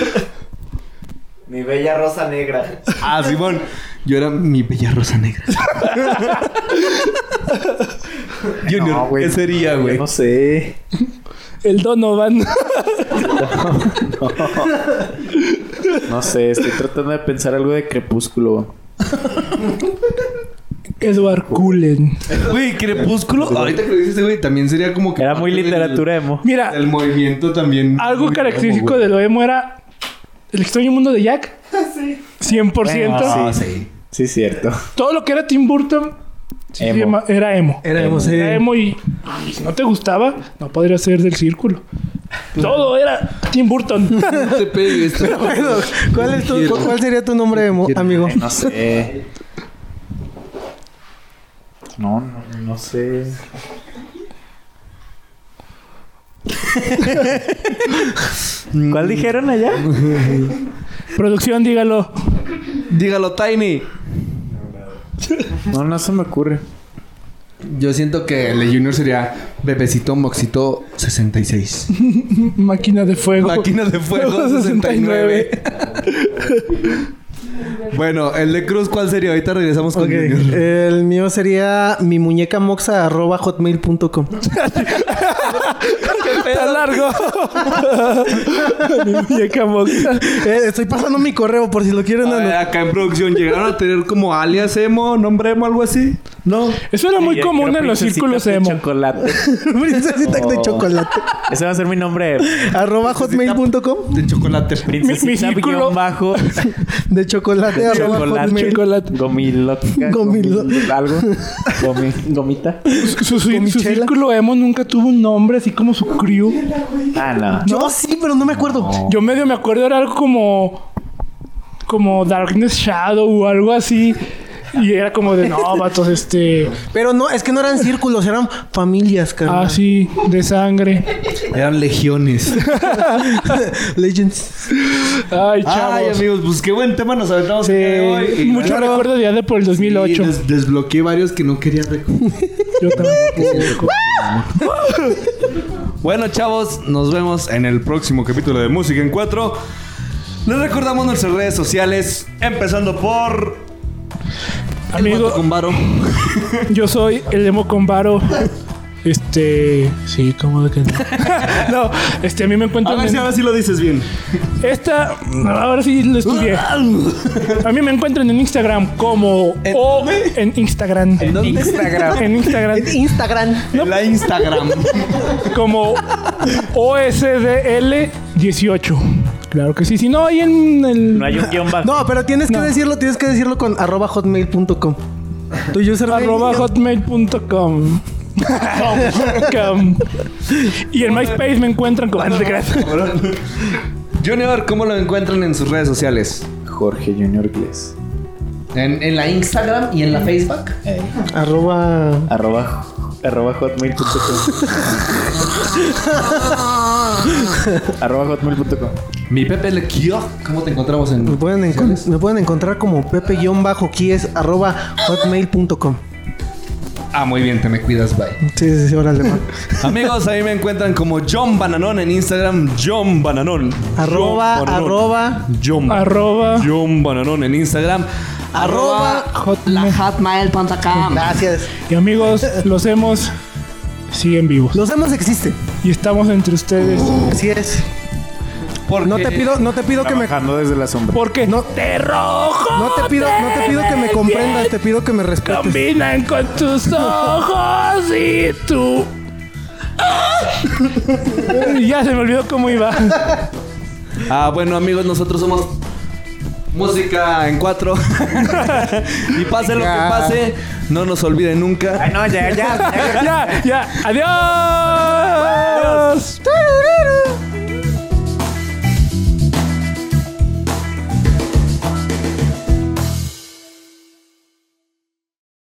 Speaker 4: Mi bella rosa negra.
Speaker 1: Ah, Simón. Yo era mi bella rosa [laughs] negra. Junior, ¿qué sería, güey?
Speaker 4: No sé.
Speaker 3: El Donovan.
Speaker 4: No sé, estoy tratando de pensar algo de crepúsculo.
Speaker 3: Edward Cullen.
Speaker 1: Güey, Crepúsculo. Ahorita que lo dices, güey, también sería como que.
Speaker 4: Era muy
Speaker 1: parte del-
Speaker 4: literatura emo.
Speaker 3: Mira,
Speaker 1: El movimiento también.
Speaker 3: Algo
Speaker 1: muy
Speaker 3: característico
Speaker 1: emo,
Speaker 3: de lo emo era el extraño mundo de Jack. Sí. 100%.
Speaker 1: güey. Ah, sí.
Speaker 4: Sí, cierto.
Speaker 3: Todo lo que era Tim Burton sí,
Speaker 4: Emo.
Speaker 3: se llama- era emo.
Speaker 2: Era emo, sí.
Speaker 3: Era emo y, y si no te gustaba, no podrías ser del círculo. Todo era Tim Burton. [laughs]
Speaker 1: No te pegues. tú.
Speaker 2: Bueno, ¿cuál, es tu-
Speaker 1: Quiero.
Speaker 2: cu- cuál sería tu nombre, emo- amigo?
Speaker 4: No sé. No, no, no sé. ¿Cuál dijeron allá?
Speaker 3: Producción, dígalo.
Speaker 1: Dígalo, Tiny.
Speaker 4: No, no se me ocurre.
Speaker 1: Yo siento que el de Junior sería Bebecito Moxito 66.
Speaker 3: Máquina de fuego.
Speaker 1: Máquina de
Speaker 3: [laughs]
Speaker 1: fuego 69. bueno, el de Cruz, ¿cuál sería? Ahorita regresamos con
Speaker 2: Ok,
Speaker 1: Junior.
Speaker 2: El mío sería mi muñeca moxa arroba hotmail.com.
Speaker 4: pedo?
Speaker 3: largo. [laughs] Mi muñeca moxa.
Speaker 2: [laughs] Eh, estoy pasando mi correo por si lo quieren.
Speaker 3: Ah.
Speaker 1: A ver,
Speaker 2: anotar.
Speaker 1: Ah,
Speaker 2: [laughs]
Speaker 1: acá en producción llegaron a tener como alias emo, nombre emo, algo así. No.
Speaker 3: Eso era muy
Speaker 4: Ella,
Speaker 3: común
Speaker 4: creo,
Speaker 3: en los
Speaker 4: princesitas
Speaker 3: círculos
Speaker 4: de
Speaker 3: emo.
Speaker 4: chocolate.
Speaker 2: Princesita de
Speaker 4: Oh.
Speaker 2: chocolate.
Speaker 4: Ese va a ser mi nombre.
Speaker 2: arroba hotmail.com.
Speaker 1: De chocolate.
Speaker 3: Mi- mi
Speaker 4: Princesita
Speaker 3: círculo-
Speaker 4: guión bajo [laughs]
Speaker 2: De chocolate. arroba
Speaker 4: chocolate.
Speaker 2: hotmail.
Speaker 3: chocolate. [laughs]
Speaker 4: Gomiloca.
Speaker 2: Gomilo-
Speaker 4: gomil- Algo. Gomi- Gomita.
Speaker 3: Su, su- su
Speaker 2: Comichela.
Speaker 3: círculo emo nunca tuvo un nombre así como su crew.
Speaker 4: Ah, no.
Speaker 2: Yo sí, pero no me acuerdo.
Speaker 3: Yo medio me acuerdo era algo como como Darkness Shadow o algo así. Y era como de no, vatos, este.
Speaker 2: Pero no, es que no eran círculos, eran familias,
Speaker 3: Ah,
Speaker 2: carnal.
Speaker 3: Así, de sangre.
Speaker 1: Eran legiones.
Speaker 2: Legends.
Speaker 3: Ay,
Speaker 1: Ay,
Speaker 3: [laughs] chavos.
Speaker 1: amigos, pues qué buen tema nos aventamos el día de hoy.
Speaker 3: Sí,
Speaker 1: Y
Speaker 3: mucho
Speaker 1: claro,
Speaker 3: recuerdo de allá de por el
Speaker 1: sí,
Speaker 3: 2008.
Speaker 1: des- desbloqueé varios que no quería
Speaker 3: [laughs]
Speaker 1: recordar.
Speaker 3: Yo tampoco.
Speaker 1: Bueno, chavos, nos vemos en el próximo capítulo de Música en 4. Les recordamos nuestras redes sociales, empezando por
Speaker 3: Amigo,
Speaker 1: con Varo.
Speaker 3: yo soy el emo con varo. Este. Sí, como de que no. [laughs] no, este, a mí me
Speaker 1: A
Speaker 3: encuentran
Speaker 1: ver si
Speaker 3: en.
Speaker 1: ahora sí lo dices bien.
Speaker 3: Esta. Ahora sí lo estudié. A mí me encuentran en Instagram como.
Speaker 1: ¿En
Speaker 3: o
Speaker 1: dónde?
Speaker 3: en Instagram.
Speaker 1: ¿Dónde?
Speaker 4: Instagram.
Speaker 3: En Instagram.
Speaker 2: En Instagram.
Speaker 1: En [laughs] la Instagram.
Speaker 3: como OSDL18. Claro que sí. Si no, ahí en el.
Speaker 4: No hay un guión bajo.
Speaker 2: No, pero tienes
Speaker 3: No.
Speaker 2: que decirlo, tienes que decirlo con arroba hotmail.com. Tu username.
Speaker 3: arroba hotmail.com. Com. y en MySpace me encuentran como. Ah, no te creas.
Speaker 1: Junior, ¿cómo lo encuentran en sus redes sociales?
Speaker 4: Jorge Junior Gles.
Speaker 1: En, en la Instagram y en la Facebook.
Speaker 2: Arroba.
Speaker 4: Arroba, arroba [laughs] hotmail.com. arroba hotmail.com.
Speaker 1: Mi Pepe Le Kio, ¿cómo te encontramos en
Speaker 2: Me pueden, encon- me pueden encontrar como pepe-quies arroba hotmail.com.
Speaker 1: Ah, muy bien, te me cuidas, bye.
Speaker 2: Sí, sí, sí, órale, va.
Speaker 1: Amigos, ahí me encuentran como John Bananón en Instagram, John Bananón.
Speaker 2: Arroba,
Speaker 1: John Bananón.
Speaker 2: arroba.
Speaker 1: John,
Speaker 3: Arroba.
Speaker 1: John Bananón en Instagram.
Speaker 2: Arroba.
Speaker 3: Hotmail.
Speaker 2: Gracias.
Speaker 3: Y amigos, los hemos. Siguen vivos.
Speaker 2: Los demás existen.
Speaker 3: Y estamos entre ustedes.
Speaker 2: Así es.
Speaker 1: Porque-
Speaker 2: No te pido, no te pido que me.
Speaker 4: Trabajando desde la sombra.
Speaker 3: Porque no te rojo.
Speaker 2: No te pido, no te pido que
Speaker 3: [laughs]
Speaker 2: me comprendas, te pido que me respetes.
Speaker 3: Combinan con tus ojos y tú. ya se me olvidó cómo iba. [laughs]
Speaker 1: Ah, bueno, amigos, nosotros somos Música en Cuatro. [laughs] y pase lo que pase, no nos olviden nunca.
Speaker 4: Ay, no, ya, ya. ya.
Speaker 3: ya, ya. Adiós.